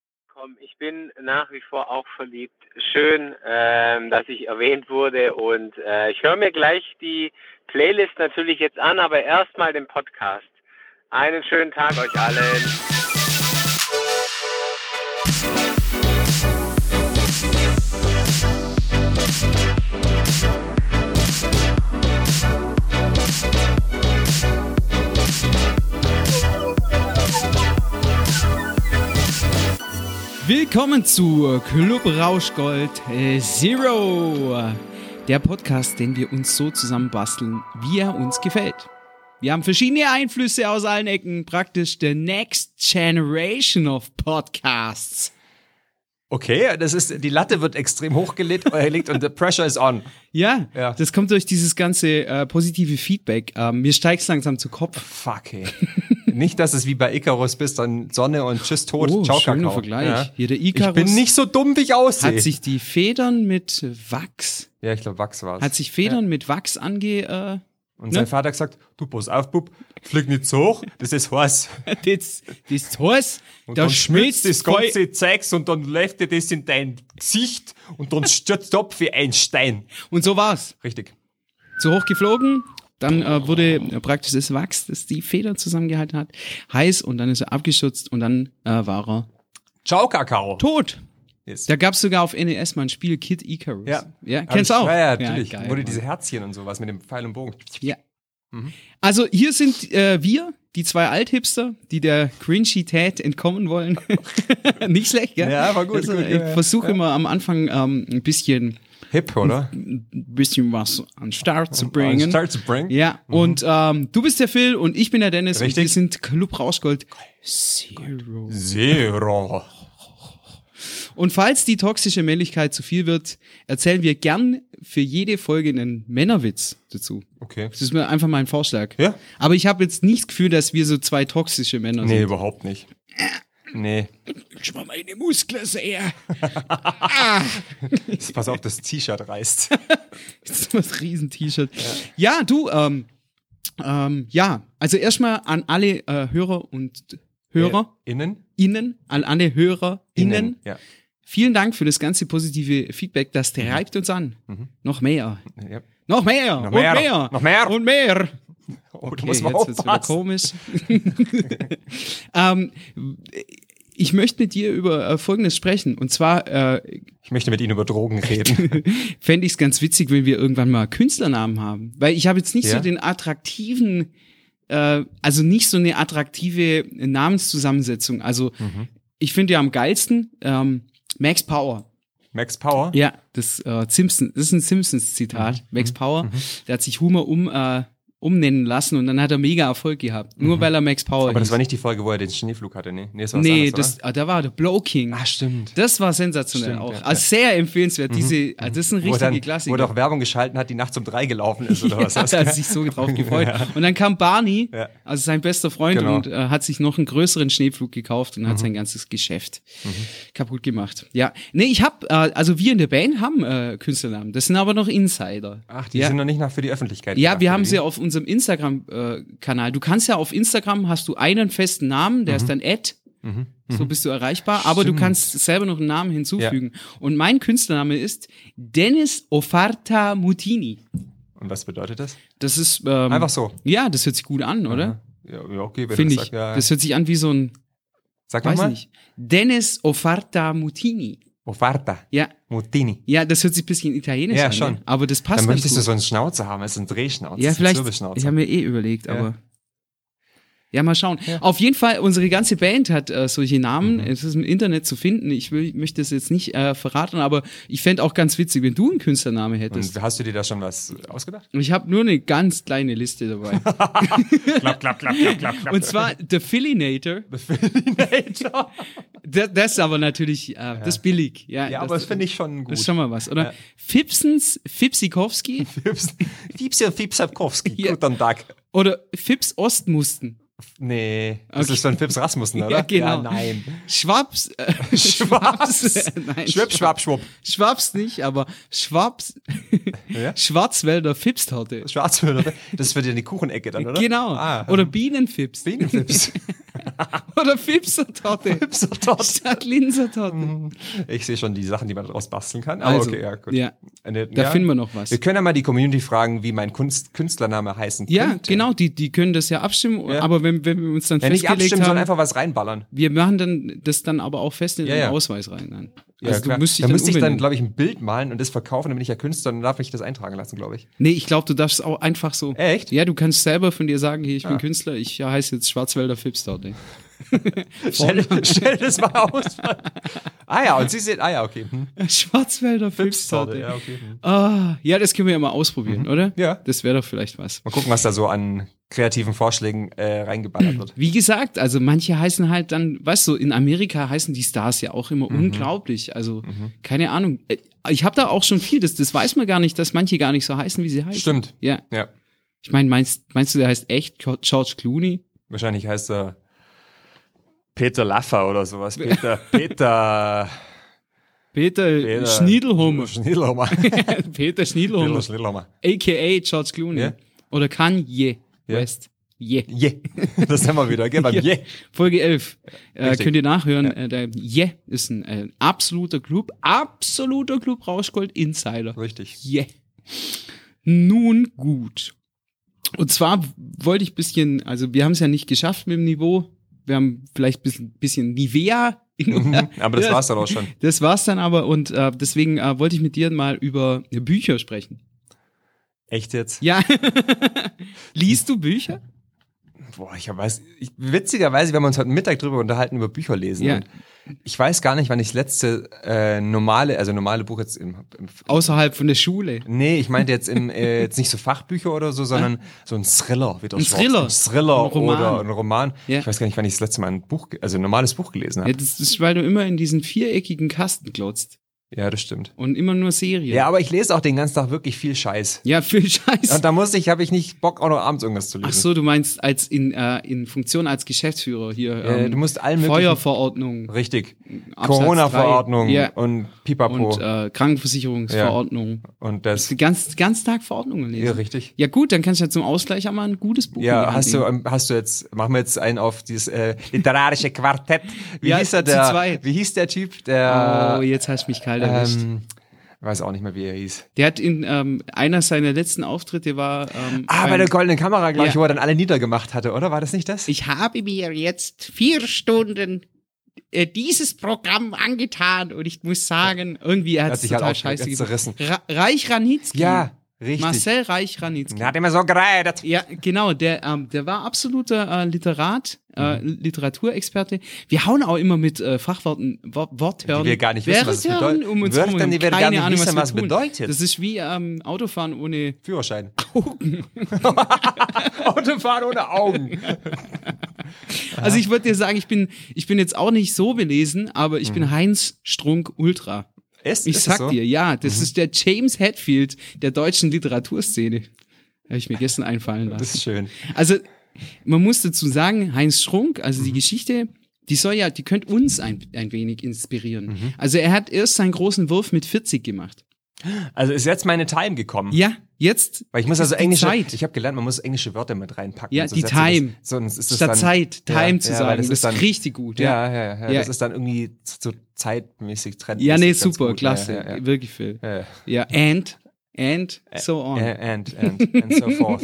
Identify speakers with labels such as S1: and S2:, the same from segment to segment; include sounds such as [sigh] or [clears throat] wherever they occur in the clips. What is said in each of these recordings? S1: angekommen. Ich bin nach wie vor auch verliebt. Schön, ähm, dass ich erwähnt wurde und äh, ich höre mir gleich die Playlist natürlich jetzt an, aber erstmal den Podcast. Einen schönen Tag euch allen.
S2: Willkommen zu Club Rauschgold äh, Zero, der Podcast, den wir uns so zusammenbasteln, wie er uns gefällt. Wir haben verschiedene Einflüsse aus allen Ecken, praktisch the next generation of Podcasts.
S3: Okay, das ist, die Latte wird extrem hochgelegt [laughs] äh, gelegt und the pressure is on.
S2: Ja,
S3: Ja.
S2: das kommt durch dieses ganze äh, positive Feedback. Ähm, mir steigt's langsam zu Kopf.
S3: Fuck, ey. Nicht, dass es wie bei Icarus bist, dann Sonne und Tschüss, Tod,
S2: Oh,
S3: Ciao,
S2: schöner
S3: Kakao.
S2: Vergleich.
S3: Ja.
S2: Hier der
S3: ich
S2: Icarus
S3: bin nicht so dumm, wie ich aussehe.
S2: hat sich die Federn mit Wachs,
S3: ja, ich glaube, Wachs war's.
S2: hat sich Federn mit Wachs ange...
S3: Und sein
S2: ne?
S3: Vater hat gesagt, du pass auf, Bub, flieg nicht so hoch, das ist heiß.
S2: Äh, [laughs] das, das Haus,
S3: Und
S2: da
S3: dann schmilzt
S2: schmilzt
S3: das
S2: Feu-
S3: ganze Zeugs und dann läuft dir das in dein Gesicht und dann stürzt ab wie ein Stein.
S2: Und so war's.
S3: Richtig.
S2: zu hoch geflogen. Dann äh, wurde praktisch das Wachs, das die Federn zusammengehalten hat, heiß und dann ist er abgeschützt und dann äh, war er
S3: Ciao, Kakao.
S2: tot.
S3: Yes.
S2: Da gab es sogar auf NES mal ein Spiel Kid Icarus.
S3: Ja.
S2: ja
S3: Hab
S2: kennst du
S3: ich-
S2: auch?
S3: Ja, ja, natürlich.
S2: geil,
S3: Wurde Mhm.
S2: Mann.
S3: diese Herzchen und sowas mit dem Pfeil und Bogen.
S2: Ja. Also hier sind äh, wir, die zwei Althipster, die der Cringy-Tät entkommen wollen. [laughs] Nicht schlecht, gell?
S3: Ja, war gut,
S2: Also,
S3: gut,
S2: ich
S3: ja, ja.
S2: versuche immer am Anfang ähm, ein bisschen,
S3: Hip, oder?
S2: ein bisschen was an den Start zu bringen.
S3: Start to bring.
S2: Ja, und ähm, du bist der Phil und ich bin der Dennis und
S3: Richtig.
S2: wir sind Club Rauschgold Zero.
S3: Zero.
S2: Und falls die toxische Männlichkeit zu viel wird, erzählen wir gern für jede Folge einen Männerwitz dazu.
S3: Okay.
S2: Das ist mir einfach mein Vorschlag.
S3: Ja.
S2: Aber ich habe jetzt nicht das Gefühl, dass wir so zwei toxische Männer
S3: Nee,
S2: sind.
S3: überhaupt nicht. Nee.
S2: Ich mal meine Muskeln sehr. [laughs]
S3: Jetzt [laughs] Pass auf, das T-Shirt reißt.
S2: Das ist was Riesen-T-Shirt. Ja. du, ähm, ähm, ja, also erstmal an alle äh, Hörer und Hörer,
S3: Äh, Innen?
S2: innen, an alle Hörer, innen.
S3: Ja.
S2: Vielen Dank für das ganze positive Feedback. Das treibt uns an. Noch mehr.
S3: ja.
S2: Noch mehr.
S3: Mhm. Noch
S2: und
S3: mehr.
S2: mehr.
S3: Noch mehr.
S2: Und mehr.
S3: Oh, du
S2: Okay,
S3: musst
S2: jetzt wird's
S3: mal
S2: wieder
S3: aufpassen.
S2: komisch. [laughs] ähm, ich möchte mit dir über äh, Folgendes sprechen. Und zwar äh,
S3: Ich möchte mit Ihnen über Drogen reden.
S2: [laughs] fände ich es ganz witzig, wenn wir irgendwann mal Künstlernamen haben. Weil ich habe jetzt nicht
S3: Ja.
S2: so den attraktiven, äh, also nicht so eine attraktive Namenszusammensetzung. Also
S3: Mhm.
S2: ich finde ja am geilsten ähm, Max Power.
S3: Max Power?
S2: Ja, das äh, Simpsons, das ist ein Simpsons-Zitat,
S3: Mhm.
S2: Max Power. Der hat sich Humor um, äh, umnennen lassen und dann hat er mega Erfolg gehabt. Nur weil er Max Power
S3: Mhm. Aber das
S2: hieß.
S3: war nicht die Folge, wo er den Schneeflug hatte, ne? Nee, das war was
S2: Nee,
S3: anderes,
S2: das, ah, da war der Blow King.
S3: oder? Ah, stimmt.
S2: das war sensationell
S3: Stimmt,
S2: auch.
S3: ja, Mhm.
S2: also sehr empfehlenswert. Diese, ah, das ist ein
S3: Wo er
S2: richtige
S3: dann, Wo er
S2: Klassiker.
S3: doch Werbung geschalten hat, die nachts um drei gelaufen ist, oder
S2: [laughs]
S3: was?
S2: Ja, da hat sich so drauf
S3: [laughs]
S2: gefreut. Und dann kam Barney,
S3: Ja.
S2: also sein bester Freund,
S3: Genau. Mhm.
S2: und äh, hat sich noch einen größeren Schneepflug gekauft und hat sein ganzes Geschäft kaputt gemacht. Ja, nee, ich hab, äh, also wir in der Band haben äh, Künstlernamen. Das sind aber noch Insider.
S3: Ach, die
S2: ja.
S3: sind noch nicht nach für die Öffentlichkeit.
S2: Ja,
S3: gedacht,
S2: wir
S3: oder
S2: haben sie
S3: wie?
S2: auf unserem Instagram-Kanal. Du kannst ja auf Instagram hast du einen festen Namen, der
S3: Mhm.
S2: ist dann Ad. So bist du erreichbar, aber du kannst selber noch einen Namen hinzufügen. Und mein Künstlername ist Dennis Ofarta Mutini.
S3: Und was bedeutet das?
S2: Das ist ähm,
S3: Einfach so.
S2: Ja, das hört sich gut an, oder?
S3: Ja, ja, okay, wenn
S2: Finde
S3: du
S2: ich.
S3: sagst, ja,
S2: Das hört sich an wie so ein,
S3: Sag
S2: weiß
S3: nochmal.
S2: nicht. Dennis Ofarta Mutini.
S3: Offarta.
S2: Ja,
S3: Mutini.
S2: ja, das hört sich ein bisschen italienisch
S3: Ja,
S2: an.
S3: schon.
S2: ne? Aber das passt
S3: Dann
S2: ganz
S3: möchtest
S2: gut.
S3: du so einen Schnauzer haben, es ist ein Drehschnauzer.
S2: Ja,
S3: es ist ein
S2: vielleicht.
S3: Zirbelschnauzer.
S2: Ich habe mir eh überlegt, aber. Ja, mal schauen.
S3: Ja. Mhm.
S2: Auf jeden Fall, unsere ganze Band hat äh, solche Namen. Es ist im Internet zu finden. Ich will, möchte es jetzt nicht äh, verraten, aber ich fände auch ganz witzig, wenn du einen Künstlername hättest.
S3: Und hast du dir da schon was
S2: [laughs]
S3: ausgedacht?
S2: Und ich habe nur eine ganz kleine Liste
S3: [laughs]
S2: dabei.
S3: Klapp, klapp, klapp, klapp, klapp, klapp.
S2: Und zwar The Fillinator.
S3: Terminator.
S2: [laughs] Das, das ist aber natürlich, äh, das ist billig. Ja,
S3: Ja,
S2: das,
S3: aber das finde ich schon gut.
S2: Das ist schon mal was, oder? Fipsens, Fipsikowski
S3: [laughs] Fips und Fipsapkowski.
S2: [laughs] Ja.
S3: Guten Tag.
S2: oder Fips Ostmusten.
S3: Nee, das
S2: Okay.
S3: ist von Fips Rasmussen, oder?
S2: [laughs] Ja, genau. [laughs]
S3: Ja, nein.
S2: Schwabs. Äh,
S3: [laughs] Schwaps.
S2: Schwaps, äh, [laughs] nein,
S3: Schwip, schwab, schwupp.
S2: Schwabs nicht, aber Schwabs, [laughs]
S3: Ja?
S2: Schwarzwälder Fipstorte.
S3: Schwarzwälder. Das ist für dir eine Kuchenecke dann, oder?
S2: Genau.
S3: Ah,
S2: Oder Bienenfips.
S3: Bienenfips.
S2: [laughs]
S3: [laughs]
S2: Oder Fipsertorte.
S3: So dort.
S2: Statt Linsertorte.
S3: Ich sehe schon die Sachen, die man daraus basteln kann. Mhm. Aber
S2: Also,
S3: okay, ja, gut.
S2: ja.
S3: Eine,
S2: Da finden wir noch was.
S3: Wir können ja mal die Community fragen, wie mein Kunst Künstlername heißen
S2: Ja,
S3: könnte.
S2: genau, die, die können das ja abstimmen,
S3: Ja.
S2: aber wenn, wenn wir uns dann
S3: Ja, nicht
S2: festgelegt
S3: abstimmen,
S2: haben,
S3: sondern einfach was reinballern.
S2: wir machen dann das dann aber auch fest in
S3: Ja,
S2: den
S3: ja.
S2: Ausweis rein. Dann.
S3: Ja,
S2: Also
S3: klar.
S2: du müsstest
S3: dann müsste ich dann,
S2: umbenennen.
S3: glaube ich, ein Bild malen und das verkaufen, dann bin ich ja Künstler und dann darf ich das eintragen lassen, glaube ich.
S2: Nee, ich glaube, du darfst auch einfach so.
S3: Echt? Ah.
S2: Ja, du kannst selber von dir sagen, hier, ich bin Künstler, ich heiße jetzt Schwarzwälder Fipstorte.
S3: [laughs] Stell, [laughs] stell das mal aus. ah ja, und sie sehen, ah ja, okay. Hm.
S2: [laughs] Schwarzwälder Fipstorte.
S3: Ja, okay. Hm.
S2: Ah, ja, das können wir ja mal ausprobieren, oder?
S3: Ja.
S2: Das wäre doch vielleicht was.
S3: Mal gucken, was da so an kreativen Vorschlägen äh, reingeballert wird.
S2: Wie gesagt, also manche heißen halt dann, weißt du, in Amerika heißen die Stars ja auch
S3: Mhm.
S2: immer unglaublich. Also keine Ahnung. Äh, Ich habe da auch schon viel, das, das weiß man gar nicht, dass manche gar nicht so heißen, wie sie heißen.
S3: Stimmt.
S2: Ja,
S3: Ja.
S2: ich meine, meinst, meinst du, der heißt echt Co- George Clooney?
S3: Wahrscheinlich heißt er Peter Laffer oder
S2: [laughs]
S3: sowas. Peter, Peter
S2: Peter,
S3: Peter-
S2: Schniedelhummer. [laughs]
S3: Schniedelhummer.
S2: Peter
S3: Peter
S2: Schniedelhummer,
S3: Schniedelhummer.
S2: a.k.a. George Clooney.
S3: Ja.
S2: Oder Kanye
S3: Ja.
S2: West. Yeah.
S3: Je. Das haben wir wieder, gell?
S2: [laughs]
S3: Beim
S2: Ja.
S3: Je.
S2: Folge 11. Äh,
S3: Richtig.
S2: könnt ihr nachhören. Äh, der Yeah ist ein äh, absoluter Club, absoluter Club Rauschgold Insider.
S3: Richtig.
S2: Yeah. Nun gut. Und zwar wollte ich bisschen, also wir haben es ja nicht geschafft mit dem Niveau. Wir haben vielleicht ein bisschen, bisschen Nivea. In,
S3: Mhm. Aber das
S2: Ja.
S3: war's dann auch schon.
S2: [laughs] das war's dann aber und äh, deswegen äh, wollte ich mit dir mal über Bücher sprechen.
S3: Echt jetzt?
S2: Ja. [laughs] Liest du Bücher?
S3: Boah, ich weiß, ich, witzigerweise, wir haben uns heute Mittag drüber unterhalten über Bücher lesen.
S2: Ja.
S3: Und ich weiß gar nicht, wann ich das letzte äh, normale, also normale Buch jetzt im, im
S2: Außerhalb von der Schule.
S3: Nee, ich meinte jetzt, im, äh, jetzt nicht so Fachbücher oder so, sondern so ein Thriller. Wie der
S2: Ein
S3: Schwarz-
S2: Thriller.
S3: Ein Thriller
S2: Ein Roman.
S3: oder ein Roman.
S2: Ja.
S3: Ich weiß gar nicht, wann ich das letzte Mal ein Buch, ge- also ein normales Buch gelesen
S2: Ja,
S3: habe.
S2: das ist, weil du immer in diesen viereckigen Kasten glotzt
S3: Ja, das stimmt.
S2: und immer nur Serien.
S3: Ja, aber ich lese auch den ganzen Tag wirklich viel Scheiß.
S2: ja viel Scheiß.
S3: Und da muss ich, habe ich nicht Bock, auch noch abends irgendwas zu lesen.
S2: Ach so, du meinst als in, äh, in Funktion als Geschäftsführer hier.
S3: Äh,
S2: ähm,
S3: du musst allen möglichen-
S2: Feuerverordnung
S3: Richtig.
S2: Absatz
S3: Corona-Verordnung
S2: drei. Ja.
S3: und Pipapo.
S2: und
S3: Und,
S2: äh, Krankenversicherungsverordnung.
S3: das.
S2: Die Ganz, ganz Tag Verordnungen lesen.
S3: Ja, richtig.
S2: Ja gut, dann kannst du ja zum Ausgleich auch mal ein gutes Buch in die
S3: Ja,
S2: Hand
S3: hast du,
S2: nehmen.
S3: ähm, hast du jetzt, machen wir jetzt einen auf dieses äh, literarische Quartett. Wie
S2: Ja,
S3: hieß er
S2: zu
S3: der?
S2: zweit.
S3: Wie hieß der Typ, der
S2: Oh, jetzt hast du mich kalt erwischt.
S3: äh, ähm, weiß auch nicht mehr, wie er hieß.
S2: Der hat in ähm, einer seiner letzten Auftritte war ähm,
S3: Ah, bei
S2: beim-
S3: der goldenen Kamera, glaube ich,
S2: Ja.
S3: wo er dann alle niedergemacht hatte, oder? War das nicht das?
S2: Ich habe mir jetzt vier Stunden äh, dieses Programm angetan und ich muss sagen, irgendwie hat
S3: Hat
S2: es
S3: sich halt
S2: total
S3: auch
S2: scheiße
S3: jetzt
S2: gemacht.
S3: zerrissen.
S2: Ra Reich Ranitzky.
S3: Ja, richtig.
S2: Marcel Reich Ranitzky.
S3: Er hat immer so geredet.
S2: Ja, genau, der, ähm, der war absoluter äh, Literat, äh,
S3: Mhm.
S2: Literaturexperte. Wir hauen auch immer mit äh, Fachworten, Wor Worthörn.
S3: Die wir gar nicht wissen, was es
S2: Worthörn
S3: bedeutet.
S2: Um uns
S3: Wörter,
S2: rum.
S3: die wir
S2: Keine
S3: gar nicht
S2: Ahnung,
S3: wissen,
S2: was, wir
S3: was
S2: tun.
S3: bedeutet.
S2: Das ist wie ähm, Autofahren ohne [laughs]
S3: Führerschein. [laughs] Autofahren ohne Augen.
S2: Also ich würde dir sagen, ich bin, ich bin jetzt auch nicht so belesen, aber ich bin Heinz Strunk Ultra.
S3: Mhm. Ist,
S2: Ich
S3: ist es
S2: sag
S3: so? Mhm.
S2: dir, ja, das ist der James Hetfield der deutschen Literaturszene. Habe ich mir gestern einfallen
S3: Das
S2: lassen.
S3: ist schön.
S2: Also man muss dazu sagen, Heinz Strunk, also
S3: Mhm.
S2: die Geschichte, die soll ja, die könnte uns ein, ein wenig inspirieren.
S3: Mhm.
S2: Also er hat erst seinen großen Wurf mit 40 gemacht.
S3: Also ist jetzt meine Time gekommen.
S2: Ja, jetzt
S3: Weil ich muss also
S2: ist die
S3: englische,
S2: Zeit.
S3: ich habe gelernt, man muss englische Wörter mit reinpacken.
S2: Ja,
S3: und so
S2: die
S3: setzt sich das-
S2: Time.
S3: sonst ist es
S2: statt
S3: dann,
S2: Zeit, Time
S3: Ja,
S2: zu
S3: ja, weil
S2: sagen,
S3: das
S2: das
S3: ist
S2: ist,
S3: dann-
S2: richtig gut. Ja,
S3: Ja, ja, ja, ja.
S2: Ja.
S3: Das ist dann irgendwie so zeitmäßig trend.
S2: ja nee,
S3: ist ganz
S2: super,
S3: gut.
S2: klasse,
S3: Ja, ja, ja.
S2: wirklich Phil.
S3: Ja, ja.
S2: Ja, and, and, so on.
S3: Äh, And, and, and
S2: [laughs]
S3: so forth.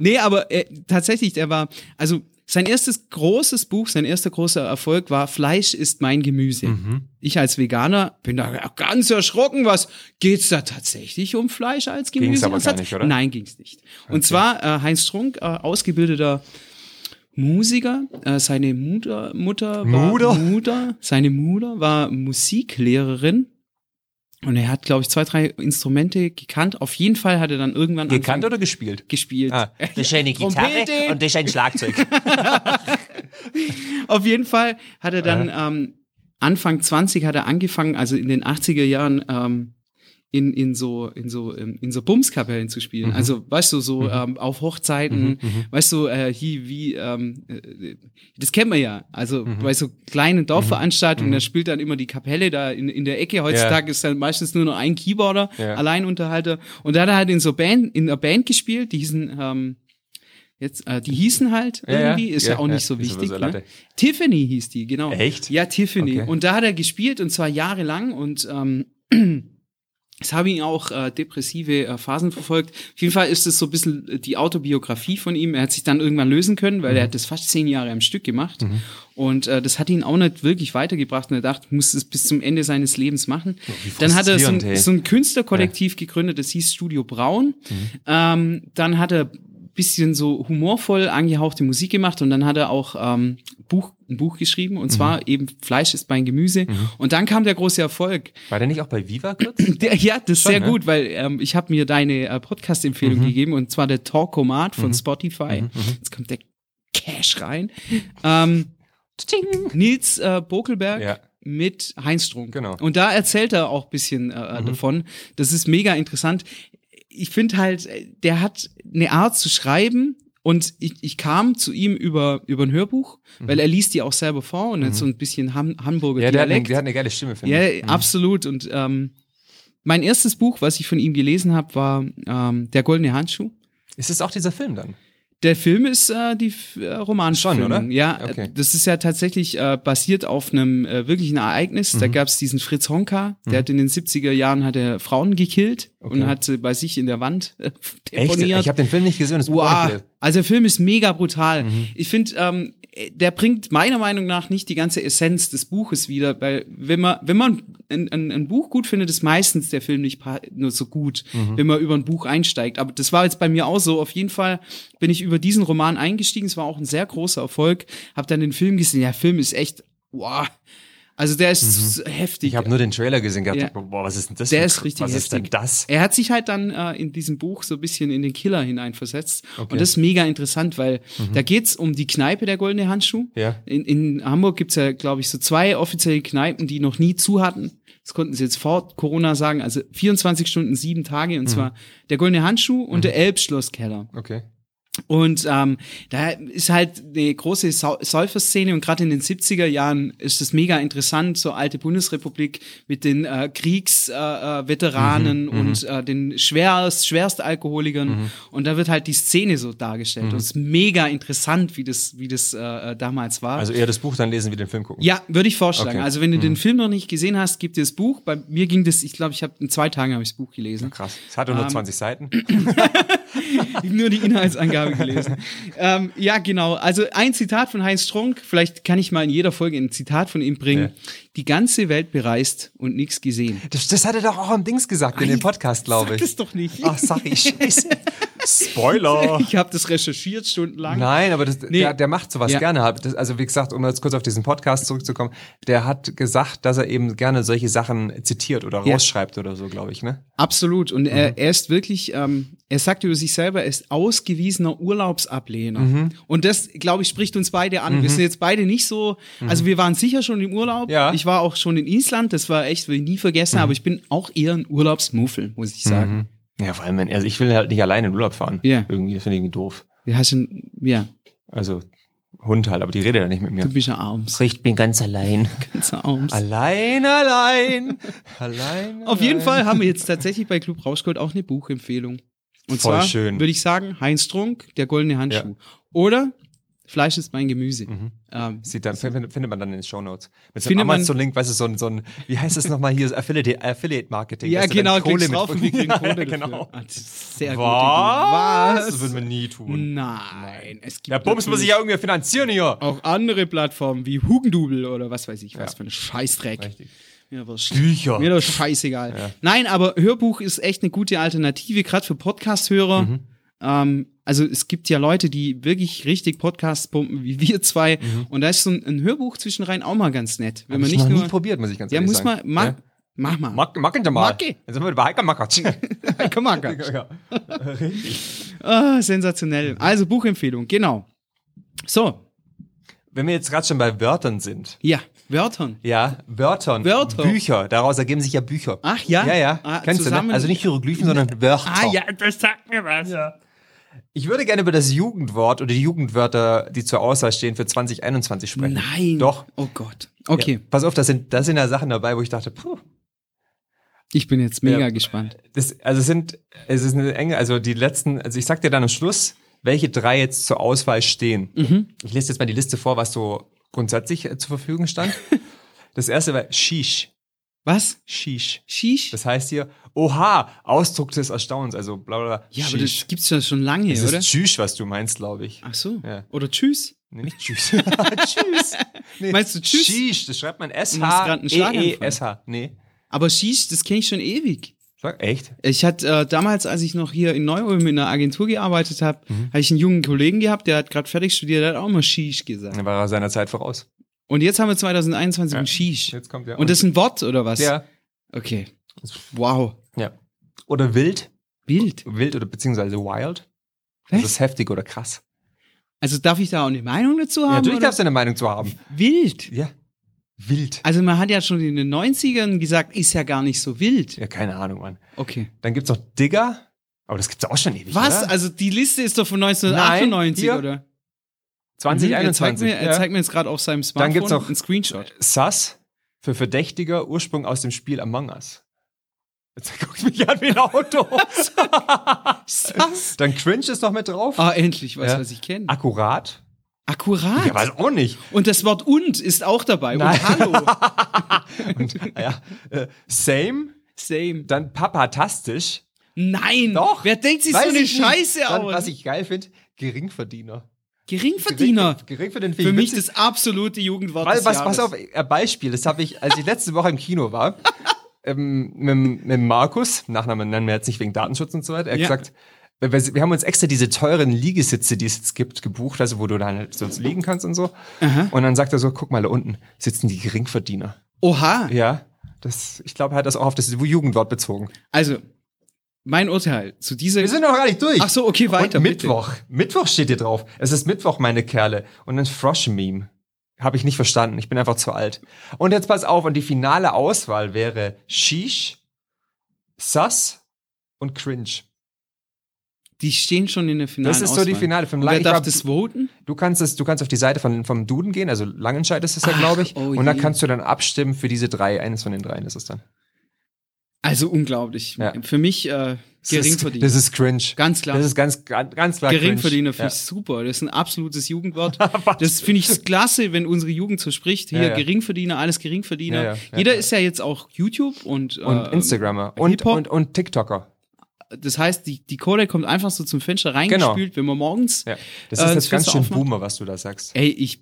S2: Nee, aber äh, tatsächlich, der war, also sein erstes großes Buch, sein erster großer Erfolg war Fleisch ist mein Gemüse.
S3: Mhm.
S2: Ich als Veganer bin da ganz erschrocken, was geht's da tatsächlich um Fleisch als Gemüse?
S3: Ging's aber
S2: Und
S3: gar
S2: hat-
S3: nicht, oder?
S2: Nein, ging's nicht. Und zwar äh, Heinz Strunk, äh, ausgebildeter Musiker, äh, seine Mutter, Mutter war
S3: Mutter?
S2: Mutter, seine Mutter war Musiklehrerin. Und er hat, glaube ich, zwei, drei Instrumente gekannt. Auf jeden Fall hat er dann irgendwann angefangen-
S3: Gekannt oder gespielt?
S2: gespielt.
S3: Ah, das ist eine Gitarre
S2: Trompete.
S3: und das ist ein Schlagzeug.
S2: [laughs] Auf jeden Fall hat er dann ähm, Anfang 20 hat er angefangen, also in den 80er Jahren ähm, in, in so in so ähm, in so Bumskapellen zu
S3: Mhm.
S2: spielen. Also weißt du so ähm, auf Hochzeiten, weißt du äh, hier wie ähm, äh, das kennt man ja. Also
S3: Mhm.
S2: bei so kleinen Dorfveranstaltungen, da spielt dann immer die Kapelle da in, in der Ecke. Heutzutage ist dann meistens nur noch ein Keyboarder,
S3: Ja.
S2: Alleinunterhalter. Und da hat er halt in so Band in einer Band gespielt, die hießen ähm, Jetzt, äh, die hießen halt
S3: Ja, ja,
S2: irgendwie, ist ja,
S3: ja,
S2: auch
S3: ja,
S2: nicht so
S3: ist aber
S2: wichtig.
S3: so
S2: ne?
S3: Latte.
S2: Tiffany hieß die, genau.
S3: Echt?
S2: Ja, Tiffany.
S3: Okay.
S2: Und da hat er gespielt und zwar jahrelang und ähm, [clears throat] es haben ihn auch äh, depressive äh, Phasen verfolgt. Auf jeden Fall ist es so ein bisschen äh, die Autobiografie von ihm. Er hat sich dann irgendwann lösen können, weil er
S3: Mhm.
S2: hat das fast zehn Jahre am Stück gemacht. Und äh, das hat ihn auch nicht wirklich weitergebracht. Und er dachte, muss es bis zum Ende seines Lebens machen.
S3: wie
S2: dann hat er so ein,
S3: frustrierend, ey.
S2: so ein Künstlerkollektiv gegründet, das hieß Studio Braun.
S3: Mhm.
S2: Ähm, dann hat er bisschen so humorvoll angehauchte Musik gemacht und dann hat er auch ähm, Buch, ein Buch geschrieben und zwar eben Fleisch ist mein Gemüse. Und dann kam der große Erfolg.
S3: Mhm. War der nicht auch bei Viva kurz?
S2: Der, ja, das ist
S3: Schon,
S2: sehr
S3: ne?
S2: gut, weil ähm, ich habe mir deine äh, Podcast-Empfehlung gegeben und zwar der Talkomat von Spotify.
S3: Mhm.
S2: Jetzt kommt der Cash rein. Ähm, Nils äh, Bokelberg
S3: Ja.
S2: mit Heinz Strunk.
S3: Genau. Mhm.
S2: Und da erzählt er auch ein bisschen äh, davon. Das ist mega interessant. Ich finde halt, äh, der hat eine Art zu schreiben. Und ich, ich kam zu ihm über, über ein Hörbuch, weil er liest die auch selber vor und hat so ein bisschen Ham Hamburger
S3: Mhm. ja, der hat, eine,
S2: Dialekt.
S3: der hat Mhm. eine geile Stimme, finde ich.
S2: Ja, absolut. Und ähm, mein erstes Buch, was ich von ihm gelesen habe, war ähm, Der goldene Handschuh.
S3: Mhm. Ist das auch dieser Film dann?
S2: Der Film ist äh, die F- äh, Romanverfilmung.
S3: Schon, oder?
S2: Ja,
S3: Okay.
S2: äh, das ist ja tatsächlich äh, basiert auf einem äh, wirklichen Ereignis.
S3: Mhm.
S2: Da gab es diesen Fritz Honka, der hat in den 70er Jahren hat er Frauen gekillt und
S3: Okay.
S2: hat sie bei sich in der Wand äh,
S3: Echt?
S2: deponiert.
S3: Ich habe den Film nicht gesehen. Das
S2: Wow.
S3: ist Mhm.
S2: Also der Film ist mega brutal. Ich finde, ähm, der bringt meiner Meinung nach nicht die ganze Essenz des Buches wieder, weil wenn man, wenn man ein, ein, ein Buch gut findet, ist meistens der Film nicht pa- nur so gut,
S3: Mhm.
S2: wenn man über ein Buch einsteigt. Aber das war jetzt bei mir auch so. Auf jeden Fall bin ich über diesen Roman eingestiegen. Es war auch ein sehr großer Erfolg. Hab dann den Film gesehen. Der Film ist echt, wow. Also der ist so heftig.
S3: Mhm. ich habe nur den Trailer gesehen gehabt.
S2: Ja.
S3: Boah, was ist denn das?
S2: Der
S3: für-
S2: ist richtig
S3: Was ist denn
S2: heftig.
S3: das?
S2: Er hat sich halt dann äh, in diesem Buch so ein bisschen in den Killer hineinversetzt. Und das ist mega interessant, weil da geht's um die Kneipe der Goldene Handschuh.
S3: Ja.
S2: In, in Hamburg gibt's ja, glaube ich, so zwei offizielle Kneipen, die noch nie zu hatten. Das konnten sie jetzt vor Corona sagen. Also 24 Stunden, sieben Tage. Und zwar der Goldene Handschuh und der Elbschlosskeller.
S3: Okay.
S2: Und ähm, da ist halt eine große Sau- Säuferszene und gerade in den 70er Jahren ist das mega interessant, so alte Bundesrepublik mit den äh, Kriegsveteranen äh, Veteranen
S3: Mhm,
S2: und äh, den schwerst, Schwerstalkoholikern. Und da wird halt die Szene so dargestellt.
S3: Mhm.
S2: Und es ist mega interessant, wie das, wie das äh, damals war.
S3: Also eher das Buch dann lesen, wie den Film gucken.
S2: Ja, würde ich vorschlagen.
S3: Okay. Mhm.
S2: Also wenn du den Film noch nicht gesehen hast, gib dir das Buch. Bei mir ging das, ich glaube, ich habe in zwei Tagen habe ich das Buch gelesen.
S3: Krass. Es hat nur
S2: Ähm,
S3: 20 Seiten.
S2: Ich hab nur die Inhaltsangabe gelesen. ähm, ja, genau. Also ein Zitat von Heinz Strunk. Vielleicht kann ich mal in jeder Folge ein Zitat von ihm bringen. Die ganze Welt bereist und nichts gesehen.
S3: Das, das hat er doch auch am Dings gesagt, in dem Podcast, glaube
S2: Ah, Sag
S3: ich.
S2: das doch nicht.
S3: Ach,
S2: [laughs]
S3: sorry, scheiße. Spoiler.
S2: Ich habe das recherchiert stundenlang.
S3: Nein, aber das,
S2: Nee.
S3: der, der macht sowas
S2: Ja.
S3: gerne. Hab das- Also wie gesagt, um jetzt kurz auf diesen Podcast zurückzukommen, der hat gesagt, dass er eben gerne solche Sachen zitiert oder
S2: Ja.
S3: rausschreibt oder so, glaube ich. Ne?
S2: Absolut. Und
S3: Mhm.
S2: er, er ist wirklich, ähm, er sagt über sich selber, er ist ausgewiesener Urlaubsablehner.
S3: Mhm.
S2: Und das, glaube ich, spricht uns beide an. Wir sind jetzt beide nicht so, also wir waren sicher schon im Urlaub.
S3: Mhm. Ja. Mhm.
S2: Ich war auch schon in Island, das war echt, will ich nie vergessen, aber ich bin auch eher ein Urlaubsmuffel, muss ich sagen.
S3: Ja, vor allem, wenn- also ich will halt nicht alleine in den Urlaub fahren.
S2: Ja.
S3: Irgendwie, das finde ich irgendwie doof.
S2: Wie heißt denn, ja,
S3: Also Hund halt, aber die redet ja nicht mit mir.
S2: du bist ja arms.
S3: Ich bin ganz allein.
S2: [laughs] Ganz arms.
S3: Allein, allein. [laughs] allein.
S2: Auf jeden
S3: allein.
S2: Fall haben wir jetzt tatsächlich bei Club Rauschgold auch eine Buchempfehlung. Und
S3: Voll
S2: zwar
S3: schön.
S2: würde ich sagen, Heinz Strunk, der goldene Handschuh. Oder Fleisch ist mein Gemüse.
S3: Mhm.
S2: Ähm,
S3: Sieht dann, findet findet man dann in den Shownotes. Mit so einem
S2: Findet man-
S3: Amazon-Link, weißt du, so ein, so ein, wie heißt das nochmal hier, Affiliate- Affiliate-Marketing.
S2: ja,
S3: dass du dann
S2: genau,
S3: Kohle
S2: klickst
S3: mit-
S2: drauf und wir
S3: [laughs]
S2: kriegen Kohle dafür.
S3: genau.
S2: Ah, das ist sehr gut.
S3: Was? Das würden
S2: Was? Hm,
S3: wir nie tun.
S2: Nein, es gibt
S3: Ja, Bums muss ich
S2: natürlich
S3: ja irgendwie finanzieren hier.
S2: auch andere Plattformen wie Hugendubel oder was weiß ich, was
S3: Ja.
S2: für ein Scheißdreck.
S3: Richtig.
S2: Mir wurscht.
S3: Bücher.
S2: Mir doch scheißegal. Nein, aber Hörbuch ist echt eine gute Alternative, gerade für Podcast-Hörer.
S3: Mhm.
S2: Ähm, also es gibt ja Leute, die wirklich richtig Podcasts pumpen, wie wir zwei. Und da ist so ein, ein Hörbuch zwischenrein auch mal ganz nett. Wenn
S3: Mhm.
S2: man
S3: Hab ich
S2: nicht
S3: noch
S2: nur.
S3: nie probiert, muss ich ganz
S2: ja,
S3: ehrlich
S2: muss
S3: sagen.
S2: man. Ma
S3: Ja.
S2: Mach mal.
S3: Mack, macken Sie mal.
S2: Macke.
S3: Dann sind wir bei Heike
S2: [laughs]
S3: Mackert.
S2: Heike Mackert.
S3: [laughs] ja.
S2: Ah, sensationell. Also Buchempfehlung, genau. So,
S3: Wenn wir jetzt gerade schon bei Wörtern sind.
S2: ja, Wörtern.
S3: Ja, Wörtern.
S2: Wörter.
S3: Bücher. Daraus ergeben sich ja Bücher.
S2: Ach ja?
S3: Ja, ja.
S2: Ah,
S3: Kennst du,
S2: zusammen-
S3: ne? Also nicht Hieroglyphen, sondern Wörter.
S2: Ah ja, das sagt mir was.
S3: Ich würde gerne über das Jugendwort oder die Jugendwörter, die zur Auswahl stehen, für 2021 sprechen.
S2: Nein.
S3: Doch.
S2: Oh Gott. Okay,
S3: Ja, pass auf, da sind, da sind ja Sachen dabei, wo ich dachte, puh.
S2: ich bin jetzt mega
S3: Ja.
S2: gespannt.
S3: Das, also es sind, es ist eine enge, also die letzten, also ich sag dir dann am Schluss, welche drei jetzt zur Auswahl stehen.
S2: Mhm.
S3: Ich lese jetzt mal die Liste vor, was so grundsätzlich äh, zur Verfügung stand.
S2: [laughs]
S3: das erste war Shish.
S2: Was?
S3: Shish.
S2: Shish?
S3: Das heißt hier, oha, Ausdruck des Erstaunens, also bla bla bla.
S2: ja, aber
S3: Shish.
S2: das gibt's ja schon lange,
S3: das
S2: oder?
S3: ist Tschüss, was du meinst, glaube ich.
S2: Ach so.
S3: Ja.
S2: Oder tschüss.
S3: Nee,
S2: [laughs]
S3: nicht Tschüss. [laughs] tschüss. Nee.
S2: Meinst du Tschüss?
S3: Shish, das schreibt man
S2: hast grad einen Schlaganfall.
S3: S-H-E-E-S-H. Nee.
S2: Aber Shish, das kenne ich schon ewig.
S3: Sag, echt?
S2: Ich hatte äh, damals, als ich noch hier in Neu-Ulm in einer Agentur gearbeitet habe,
S3: Mhm.
S2: hatte ich einen jungen Kollegen gehabt, der hat gerade fertig studiert, der hat auch mal Shish gesagt.
S3: Dann war er seiner Zeit voraus.
S2: Und jetzt haben wir 2021
S3: Ja.
S2: ein Shish.
S3: Jetzt kommt der.
S2: Und das ist ein Wort oder was?
S3: Ja.
S2: Okay. Wow.
S3: ja. Oder wild.
S2: Bild.
S3: Wild oder beziehungsweise wild. Also
S2: Was?
S3: Das ist heftig oder krass.
S2: Also darf ich da auch eine Meinung dazu haben?
S3: Ja, natürlich
S2: oder?
S3: darfst du eine Meinung zu haben.
S2: Wild.
S3: Ja. Wild.
S2: Also man hat ja schon in den 90ern gesagt, ist ja gar nicht so wild.
S3: Ja, keine Ahnung, Mann.
S2: Okay.
S3: Dann gibt's noch Digger. Aber das gibt's auch schon ewig.
S2: Was?
S3: Oder?
S2: Also die Liste ist doch von 1998,
S3: Nein, hier.
S2: oder?
S3: 2021.
S2: Mhm, Er zeigt mir, er zeigt mir jetzt gerade auf seinem Smartphone
S3: Dann gibt's noch-
S2: einen Screenshot.
S3: Sass für Verdächtiger, Ursprung aus dem Spiel Among Us. Jetzt [laughs] guckt mich an wie
S2: [laughs]
S3: ein Auto.
S2: Was?
S3: Dann Cringe ist noch mit drauf.
S2: Ah, endlich, was,
S3: Ja.
S2: was ich kenne.
S3: Akkurat?
S2: Akkurat.
S3: Ja, weiß auch nicht.
S2: Und das Wort und ist auch dabei.
S3: Nein.
S2: Und
S3: [laughs]
S2: hallo.
S3: Und, ja, äh, same,
S2: Same.
S3: dann papatastisch.
S2: Nein.
S3: Doch.
S2: Wer denkt sich so
S3: Weiß
S2: eine
S3: ich nicht.
S2: Scheiße
S3: dann,
S2: aus?
S3: Was ich geil finde, Geringverdiener.
S2: Geringverdiener.
S3: Gering- Geringverdiener
S2: Für mich
S3: ist
S2: das absolute Jugendwort
S3: Weil,
S2: des
S3: was,
S2: Jahres.
S3: pass auf, ein Beispiel, das habe ich, als ich letzte Woche im Kino war, [laughs] ähm, mit, mit Markus, Nachnamen nennen wir jetzt nicht wegen Datenschutz und so weiter, er hat
S2: Ja.
S3: gesagt, wir, wir wir haben uns extra diese teuren Liegesitze, die es jetzt gibt, gebucht, also wo du dann halt
S2: Mhm.
S3: sonst liegen kannst und so. Und dann sagt er so, guck mal, da unten sitzen die Geringverdiener.
S2: Oha.
S3: Ja, das, ich glaube, er hat das auch auf das Jugendwort bezogen.
S2: Also, mein Urteil zu dieser...
S3: Wir sind noch gar nicht durch.
S2: Ach so, okay, weiter,
S3: Und
S2: bitte.
S3: Mittwoch. Mittwoch steht hier drauf. Es ist Mittwoch, meine Kerle. Und ein Frosh-Meme. Habe ich nicht verstanden. Ich bin einfach zu alt. Und jetzt pass auf. Und die finale Auswahl wäre Shish, Sass und Cringe.
S2: Die stehen schon in der finalen
S3: Das ist so die
S2: Auswahl.
S3: Finale. Vom
S2: Und Wer
S3: ich
S2: darf
S3: glaub,
S2: das voten?
S3: Du kannst es, du kannst auf die Seite von, vom Duden gehen. Also Langenscheid ist es ja,
S2: Ach,
S3: glaube ich.
S2: oh
S3: und da
S2: je.
S3: kannst du dann abstimmen für diese drei. Eines von den dreien ist es dann.
S2: Also unglaublich.
S3: Ja.
S2: Für mich äh, Geringverdiener.
S3: Das ist, das ist Cringe.
S2: Ganz klar.
S3: Das ist ganz, ganz, ganz klar
S2: Geringverdiener
S3: Cringe.
S2: finde ich super. Das ist ein absolutes
S3: [laughs]
S2: Jugendwort. das finde ich klasse, wenn unsere Jugend so spricht. Hier
S3: Ja, ja.
S2: Geringverdiener, alles Geringverdiener.
S3: Ja, ja, ja,
S2: Jeder
S3: ja.
S2: ist ja jetzt auch YouTube und, äh,
S3: Und Instagrammer. Und,
S2: Hip-Hop.
S3: und, und TikToker.
S2: Das heißt, die, die Kohle kommt einfach so zum Fenster reingespült, wenn man morgens.
S3: Genau. Ja. Das
S2: Äh,
S3: ist
S2: das
S3: jetzt ganz
S2: Fenster
S3: schön
S2: aufmacht.
S3: Boomer, was du da sagst.
S2: Ey, ich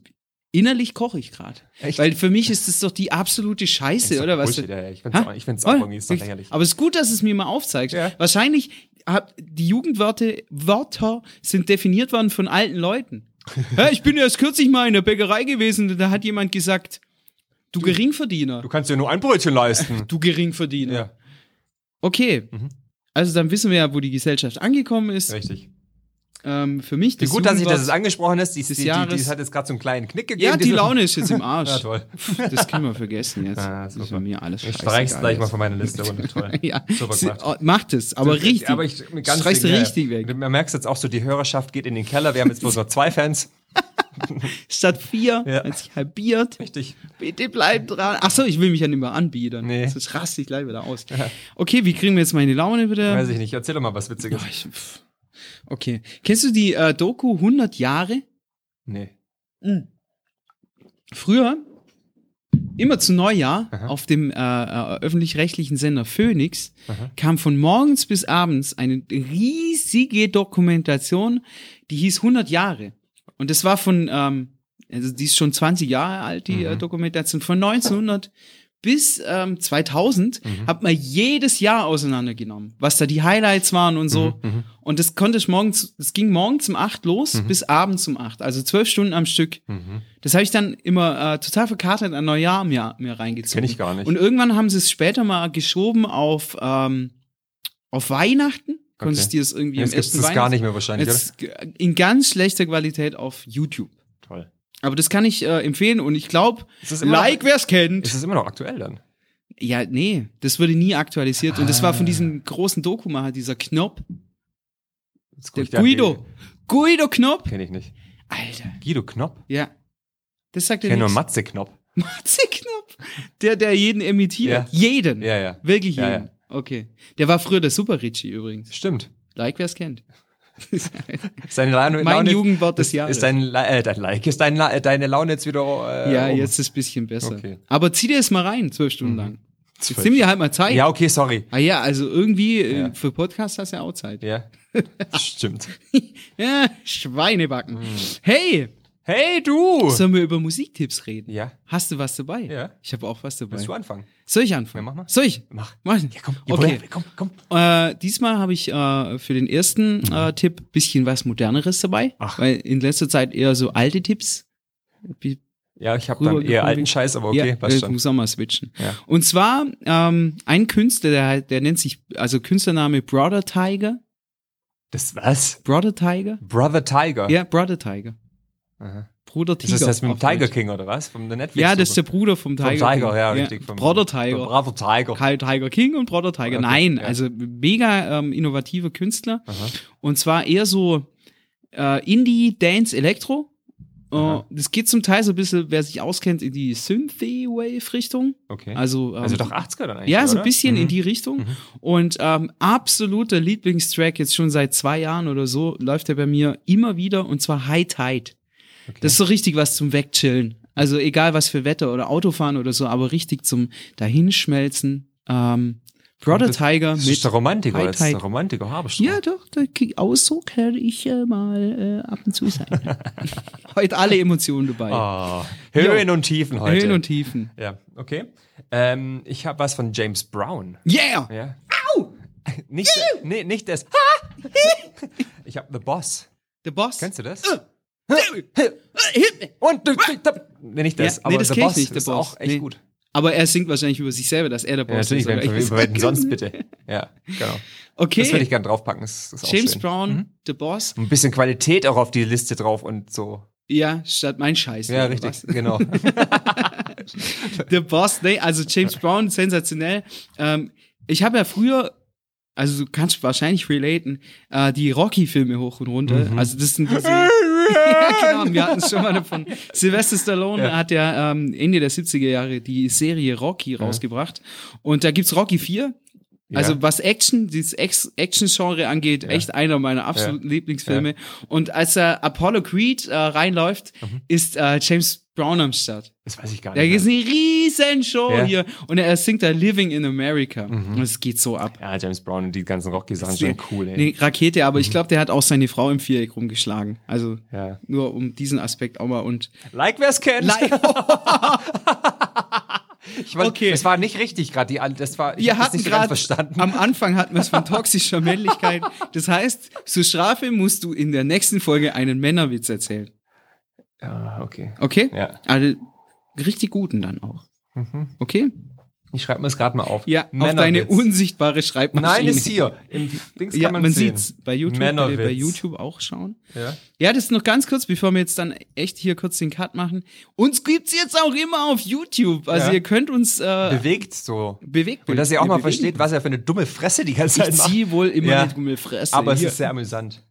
S2: innerlich koche ich gerade.
S3: Echt?
S2: Weil für mich ist das doch die absolute Scheiße,
S3: Ist doch
S2: oder was?
S3: Bullshit, ja, ja. Ich find's
S2: Ha?
S3: auch, ich find's auch
S2: Voll.
S3: irgendwie ist doch
S2: Ich-
S3: lächerlich.
S2: Aber es ist gut, dass es mir mal aufzeigt.
S3: Ja.
S2: Wahrscheinlich hat die Jugendwörter Wörter sind definiert worden von alten
S3: [laughs]
S2: Leuten. Hä, ich bin erst kürzlich mal in der Bäckerei gewesen und da hat jemand gesagt, du, Geringverdiener,
S3: Du
S2: du,
S3: kannst dir nur ein Brötchen
S2: [laughs]
S3: leisten.
S2: Geringverdiener.
S3: ja, Mhm.
S2: Okay. Also dann wissen wir ja, wo die Gesellschaft angekommen ist.
S3: richtig.
S2: Ähm, für mich
S3: Wie
S2: das
S3: gut, dass ich
S2: Jugendwort-
S3: das angesprochen hast. Die, die, die, die,
S2: Jahres.
S3: hat jetzt gerade so einen kleinen Knick gegeben.
S2: Ja, die
S3: diese-
S2: Laune ist jetzt im Arsch.
S3: Ja, [laughs] toll.
S2: Das können wir vergessen jetzt.
S3: [laughs] Ah,
S2: das ist
S3: super.
S2: bei mir alles
S3: Ich
S2: scheiße.
S3: streich's gleich mal von meiner Liste
S2: [laughs]
S3: runter. Toll.
S2: Ja,
S3: Super
S2: Sie-
S3: gemacht.
S2: oh, macht es, aber richtig.
S3: Aber ich mit ganz
S2: streichst du
S3: Ding, ja.
S2: richtig weg.
S3: Man merkt jetzt auch so, die Hörerschaft geht in den Keller. Wir haben jetzt bloß noch
S2: [laughs]
S3: zwei Fans.
S2: Statt vier
S3: Ja.
S2: hat sich halbiert.
S3: Richtig.
S2: [laughs] Bitte bleib dran. Achso, ich will mich ja nicht mehr anbiedern.
S3: Nee.
S2: Sonst raste ich gleich wieder aus. Okay, wie kriegen wir jetzt meine Laune wieder?
S3: Weiß ich nicht. Erzähl doch mal was Witziges.
S2: Oh, ich, pff. okay. Kennst du die äh, Doku 100 Jahre?
S3: Nee.
S2: Mhm. Früher, immer zu Neujahr, auf dem äh, äh, öffentlich-rechtlichen Sender Phoenix, kam von morgens bis abends eine riesige Dokumentation, die hieß 100 Jahre. Und das war von, ähm, also die ist schon 20 Jahre alt, die äh, Dokumentation, von 1900 bis ähm, 2000 hat man jedes Jahr auseinandergenommen, was da die Highlights waren und
S3: Mhm.
S2: so. Und das konnte ich morgens, das ging morgens um 8 los bis abends um 8, also 12 Stunden am Stück.
S3: mhm.
S2: Das habe ich dann immer äh, total verkartet an Neujahr mir, mir reingezogen.
S3: Kenn ich gar nicht.
S2: Und irgendwann haben sie es später mal geschoben auf, ähm, auf Weihnachten. Konntest du dir das irgendwie
S3: Jetzt
S2: am
S3: gibt's
S2: ersten
S3: das gar nicht mehr wahrscheinlich,
S2: Jetzt in ganz schlechter Qualität auf YouTube.
S3: oder? Toll.
S2: Aber das kann ich äh, empfehlen und ich glaube,
S3: Ist das immer noch-
S2: like, wer's kennt.
S3: Ist es immer noch aktuell dann?
S2: Ja, nee, das wurde nie aktualisiert und das war
S3: Ah.
S2: von diesem großen Dokumacher, dieser Knopf,
S3: Jetzt guck
S2: der
S3: ich dir an,
S2: Guido. Guido Knopf.
S3: den- Kenn ich nicht.
S2: Alter,
S3: Guido Knopp?
S2: ja. Das sagt
S3: Ich
S2: er
S3: kenn nur
S2: nicht.
S3: Matze Knopp.
S2: Matze Knopf. Der, der jeden imitiert.
S3: Ja.
S2: Jeden.
S3: Ja, ja.
S2: Wirklich
S3: Ja,
S2: jeden. Okay. Der war früher der Super Richie übrigens.
S3: Stimmt.
S2: Like, wer's kennt.
S3: Ist deine Laune,
S2: Mein
S3: Laune
S2: Jugendwort des
S3: Genau,
S2: Jahres.
S3: ist, Ist dein, La- äh, dein Like, ist dein, La- äh, deine Laune jetzt wieder. Äh,
S2: ja,
S3: um?
S2: jetzt ist ein bisschen besser.
S3: Okay. Mhm.
S2: Aber zieh dir das mal rein, zwölf Stunden lang. Jetzt
S3: Zwölf.
S2: nimm dir halt mal Zeit.
S3: Ja, okay, sorry.
S2: Ah ja, also irgendwie äh,
S3: Ja.
S2: für Podcast hast du ja auch Zeit. Ja,
S3: Ja.
S2: [laughs]
S3: Stimmt.
S2: Schweinebacken.
S3: Mhm.
S2: Hey,
S3: Hey, du!
S2: sollen wir über Musiktipps reden?
S3: Ja.
S2: Hast du was dabei?
S3: Ja.
S2: Ich habe auch was dabei.
S3: Willst du anfangen?
S2: Soll ich anfangen?
S3: Ja, mach mal.
S2: Soll ich?
S3: Mach.
S2: Mach.
S3: Ja, komm, gib
S2: okay.
S3: her, komm, komm.
S2: Äh, diesmal habe ich äh, für den ersten äh, Tipp ein bisschen was Moderneres dabei.
S3: Mhm. Ach.
S2: Weil in letzter Zeit eher so alte Tipps. Bi-
S3: Ja, ich habe
S2: Rüber
S3: dann eher
S2: gekommen.
S3: alten Scheiß, aber okay,
S2: ja,
S3: passt
S2: äh,
S3: schon.
S2: muss auch mal switchen.
S3: Ja.
S2: Und zwar ähm, ein Künstler, der, halt- der nennt sich, also Künstlername Brother Tiger.
S3: Das was?
S2: Brother Tiger?
S3: Brother Tiger.
S2: Ja, Brother Tiger.
S3: Aha.
S2: Bruder Tiger.
S3: Ist das das mit dem
S2: auf Deutsch.
S3: Tiger King oder was? Von der Netflix.
S2: Ja, das ist der Bruder vom Tiger.
S3: Tiger. Vom Tiger,
S2: King.
S3: ja, richtig. Vom,
S2: Brother
S3: vom
S2: Tiger.
S3: Brother Tiger.
S2: Karl Tiger King und Brother Tiger.
S3: Okay,
S2: Nein,
S3: ja.
S2: also mega ähm, innovativer Künstler.
S3: Aha.
S2: Und zwar eher so äh, Indie, Dance, Elektro. Äh,
S3: Aha.
S2: das geht zum Teil so ein bisschen, wer sich auskennt, in die Synthwave-Richtung.
S3: Okay. Also,
S2: Also, ähm,
S3: doch 80er dann eigentlich.
S2: ja, so ein
S3: oder?
S2: bisschen
S3: Mhm.
S2: in die Richtung. Und ähm, absoluter Lieblingstrack, jetzt schon seit zwei Jahren oder so, läuft er bei mir immer wieder und zwar High Tide.
S3: Okay.
S2: Das ist so richtig was zum Wegchillen. Also egal was für Wetter oder Autofahren oder so, aber richtig zum Dahinschmelzen. Ähm, Brother
S3: Das-
S2: Tiger
S3: Das
S2: mit.
S3: ist der Romantiker,
S2: High
S3: das ist oh, der
S2: Tide.
S3: Romantiker Haberstrahl.
S2: Ja, doch, da, krieg- auch so kann ich äh, mal äh, ab und zu
S3: [laughs]
S2: sein. Heute alle Emotionen dabei.
S3: Ah, Höhen und Tiefen heute.
S2: Höhen und Tiefen.
S3: ja, okay. Ähm, ich habe was von James Brown.
S2: Yeah!
S3: Ja. Au! Nicht, nee, nicht das. Ha! [laughs] ich habe The Boss.
S2: The Boss.
S3: Kennst du das?
S2: Äh, hit me.
S3: Und du- nee, nicht das,
S2: Ja, nee,
S3: aber
S2: das
S3: The
S2: kenn ich
S3: Boss
S2: nicht, The
S3: ist
S2: Boss.
S3: auch echt
S2: Nee.
S3: gut.
S2: Aber er singt wahrscheinlich über sich selber, dass er der
S3: Ja,
S2: Boss
S3: natürlich,
S2: ist.
S3: wenn
S2: oder?
S3: wir werden sonst bitte. [laughs] Ja, genau. Das würde
S2: Okay,
S3: ich gerne draufpacken. Das ist auch Mhm.
S2: James
S3: schön.
S2: Brown, The Boss.
S3: Ein bisschen Qualität auch auf die Liste drauf und so.
S2: Ja, statt mein Scheiß.
S3: Ja,
S2: oder
S3: richtig,
S2: was? [laughs]
S3: genau.
S2: The Boss, nee, also James Brown, sensationell. Ähm, ich habe ja früher, also du kannst wahrscheinlich relaten, äh, die Rocky-Filme hoch und runter. Also das sind diese. [laughs] ja, genau, wir hatten es schon mal davon. Sylvester Stallone hat ja ähm, Ende der 70er Jahre die Serie Rocky rausgebracht. Und da gibt's Rocky 4. Also
S3: Ja.
S2: was Action, dieses Ex- Action-Genre angeht, echt einer meiner absoluten Lieblingsfilme. Und als er Apollo Creed äh, reinläuft, ist äh, James Brown am Start.
S3: Das weiß ich gar
S2: Da
S3: nicht.
S2: ist
S3: mehr.
S2: eine riesen Show
S3: Ja. Mhm.
S2: hier. Und er singt da Living in America. Und es geht so ab.
S3: Ja, James Brown und die ganzen Rocky-Sachen
S2: Das
S3: sind
S2: ist
S3: cool, ey.
S2: Eine Rakete, aber
S3: Mhm.
S2: ich glaube, der hat auch seine Frau im Viereck rumgeschlagen. Also
S3: Ja.
S2: nur um diesen Aspekt auch mal. Und
S3: Like, wer's kennt. [laughs]
S2: live,
S3: Ich wollt-
S2: Okay.
S3: Das war nicht richtig gerade. die- Das war, ich
S2: wir
S3: hab das
S2: hatten
S3: nicht so ganz
S2: gerade
S3: verstanden.
S2: am Anfang hatten wir es
S3: [laughs]
S2: von toxischer Männlichkeit. Das heißt, zur Strafe musst du in der nächsten Folge einen Männerwitz erzählen.
S3: Ah, okay.
S2: Okay?
S3: Ja.
S2: Also richtig guten dann auch. Okay?
S3: Ich schreibe mir das gerade mal auf.
S2: Ja, auf
S3: Männerwitz.
S2: deine unsichtbare Schreibmaschine.
S3: Nein,
S2: [laughs]
S3: ist hier. Im Dings
S2: Ja,
S3: kann
S2: man
S3: sehen.
S2: sieht's bei YouTube, könnt ihr
S3: Männerwitz.
S2: bei YouTube auch schauen.
S3: Ja.
S2: Ja, das noch ganz kurz, bevor wir jetzt dann echt hier kurz den Cut machen. Uns gibt's jetzt auch immer auf YouTube. Also
S3: Ja.
S2: ihr könnt uns äh,
S3: Bewegt so.
S2: bewegt.
S3: Und dass ihr auch
S2: wir
S3: mal
S2: bewegen.
S3: versteht, was er für eine dumme Fresse die ganze
S2: Ich
S3: Zeit macht.
S2: zieh wohl immer
S3: halt Ja.
S2: mit Gummelfresse.
S3: Aber es
S2: Hier.
S3: ist sehr amüsant.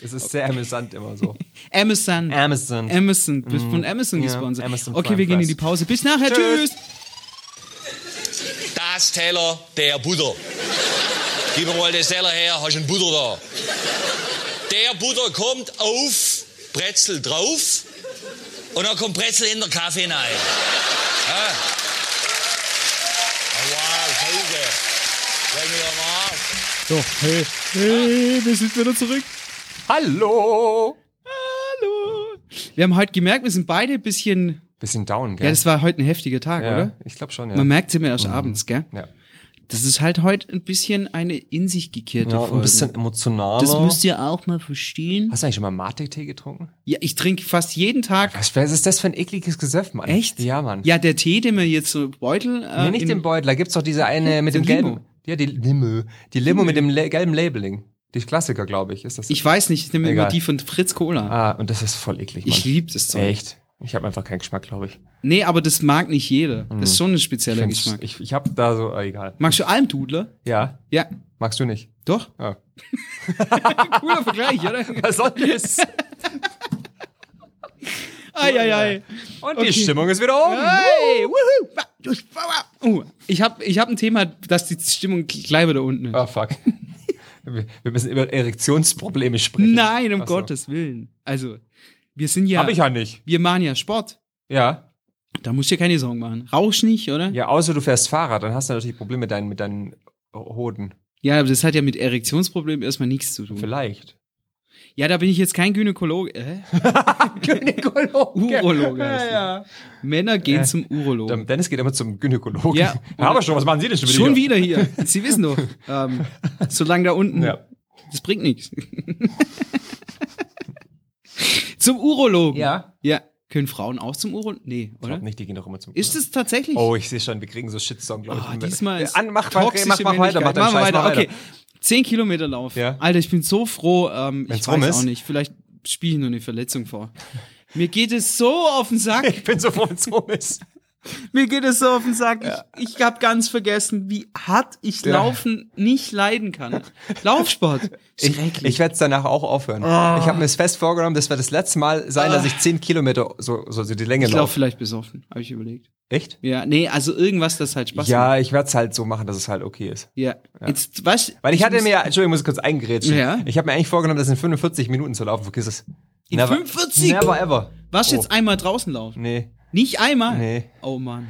S3: Es ist sehr amüsant immer so.
S2: [laughs] Amazon.
S3: Amazon.
S2: Amazon. Du bist von Amazon
S3: Mhm. Ja,
S2: gesponsert.
S3: Amazon
S2: okay,
S3: Prime
S2: wir gehen in
S3: Plus.
S2: die Pause. Bis nachher.
S3: Tschüss.
S2: Tschüss.
S4: Das Teller, der Buddha. Gib mir mal das Teller her, hast einen Buddha da. Der Buddha kommt auf Brezel drauf und dann kommt Brezel in der Kaffee rein. Ja. Ah, Wow, Hauge. Wenn ihr mal.
S2: So, hey, hey, wir sind wieder zurück.
S3: Hallo!
S2: Hallo. Wir haben heute gemerkt, wir sind beide ein bisschen.
S3: Bisschen down, gell?
S2: Ja, das war heute ein heftiger Tag,
S3: Ja,
S2: oder?
S3: Ich glaube schon, ja. Mhm.
S2: Man merkt immer erst abends, gell?
S3: ja.
S2: Das ist halt heute ein bisschen eine in sich gekehrte
S3: ja
S2: Folge.
S3: ein bisschen emotionaler.
S2: das müsst ihr auch mal verstehen.
S3: Hast du eigentlich schon mal Mate-Tee getrunken?
S2: Ja, ich trinke fast jeden Tag.
S3: Was, was ist das für ein ekliges Gesöff, Mann?
S2: Echt?
S3: Ja, Mann.
S2: Ja, der Tee, den wir jetzt so Beutel. Äh,
S3: nee, nicht
S2: in-
S3: den Beutel, da gibt's doch diese eine mit
S2: Den
S3: dem gelben.
S2: Hm, Limo.
S3: Ja, die Limo. Die Limo mit dem la gelben Labeling. Die Klassiker, glaube ich, ist das.
S2: Ich weiß nicht, ich nehme immer
S3: Egal.
S2: die von Fritz Cola.
S3: ah, und das ist voll eklig, Mann.
S2: ich liebe das Zeug.
S3: Echt? Ich habe einfach keinen Geschmack, glaube ich.
S2: Nee, aber das mag nicht jeder. Das ist schon ein spezieller
S3: Find's-
S2: Geschmack.
S3: Mhm. Ich, ich habe da so, äh, egal.
S2: Magst du Almdudler?
S3: Ja,
S2: Ja.
S3: magst du nicht.
S2: Doch? [laughs]
S3: Ja. [laughs]
S2: Cooler Vergleich, oder?
S3: Was soll das?
S2: Eieiei.
S3: Und
S2: Okay.
S3: die Stimmung ist wieder um. oben.
S2: Hey, wuhu. Ba- durch- Uh, ba- ba- Oh, ich habe ich hab ein Thema, dass die Stimmung gleich wieder unten ist.
S3: Ah, fuck. Wir wir müssen über Erektionsprobleme sprechen.
S2: Nein, um
S3: Ach so.
S2: Gottes Willen. Also, wir sind ja,
S3: Hab ich ja nicht.
S2: wir machen ja Sport.
S3: Ja.
S2: Da musst du dir keine Sorgen machen. Rausch nicht, oder?
S3: Ja, außer du fährst Fahrrad, dann hast du natürlich Probleme mit deinen, mit deinen Hoden.
S2: Ja, aber das hat ja mit Erektionsproblemen erstmal nichts zu tun.
S3: Vielleicht.
S2: Ja, da bin ich jetzt kein Gynäkologe. Äh?
S3: [laughs] Gynäkologe.
S2: Urologe heißt
S3: Ja,
S2: die.
S3: ja.
S2: Männer gehen
S3: Äh,
S2: zum Urologen.
S3: Dann- Dennis geht immer zum Gynäkologen.
S2: Ja.
S3: [laughs] Haben wir schon, was machen Sie denn schon wieder?
S2: Schon wieder hier. Sie wissen
S3: [laughs]
S2: doch. Ähm, solange da unten.
S3: Ja.
S2: Das bringt nichts. [laughs] Zum Urologen.
S3: Ja.
S2: Ja. Können Frauen auch zum Urologen? Nee,
S3: Ich
S2: oder?
S3: glaub nicht, die gehen doch immer zum
S2: Ist es tatsächlich?
S3: Oh, ich sehe schon, wir kriegen so Shitstorm, glaube ich.
S2: Ah,
S3: wenn wir-
S2: diesmal ist
S3: An, mach, mach,
S2: toxische
S3: mach, mach weiter, mach
S2: Männlichkeit.
S3: deinen
S2: Machen wir
S3: Scheiß, mach weiter.
S2: Okay, 10 Kilometer Lauf.
S3: Ja.
S2: Alter, ich bin so froh. Ähm, ich
S3: Wenn's
S2: weiß
S3: rum
S2: auch
S3: ist.
S2: nicht. Vielleicht spiele ich nur eine Verletzung vor. Mir geht es so auf den
S3: [laughs]
S2: Sack.
S3: [laughs] Ich bin so froh, wenn es rum ist.
S2: Mir geht es so auf den Sack. Ich, ich habe ganz vergessen, wie hart ich
S3: Ja.
S2: Laufen nicht leiden kann. Laufsport.
S3: Ich, ich werde es danach auch aufhören.
S2: Ah.
S3: Ich habe mir das fest vorgenommen, das wird das letzte Mal sein, dass ich 10 Kilometer so, so so die Länge
S2: Ich laufe
S3: laufe.
S2: vielleicht besoffen, habe ich überlegt.
S3: Echt?
S2: Ja, nee, also irgendwas, das halt Spaß macht.
S3: Ja, ich werde es halt so machen, dass es halt okay ist.
S2: Ja. Jetzt, was?
S3: Weil ich hatte
S2: muss-
S3: mir, ja- Entschuldigung, ich muss kurz eingerätschen.
S2: Ja.
S3: Ich habe mir eigentlich vorgenommen, das in 45 Minuten zu laufen. Vergiss es.
S2: In 45?
S3: Never ever.
S2: Was
S3: Oh,
S2: jetzt einmal draußen laufen?
S3: Nee.
S2: Nicht einmal?
S3: Nee.
S2: Oh Mann.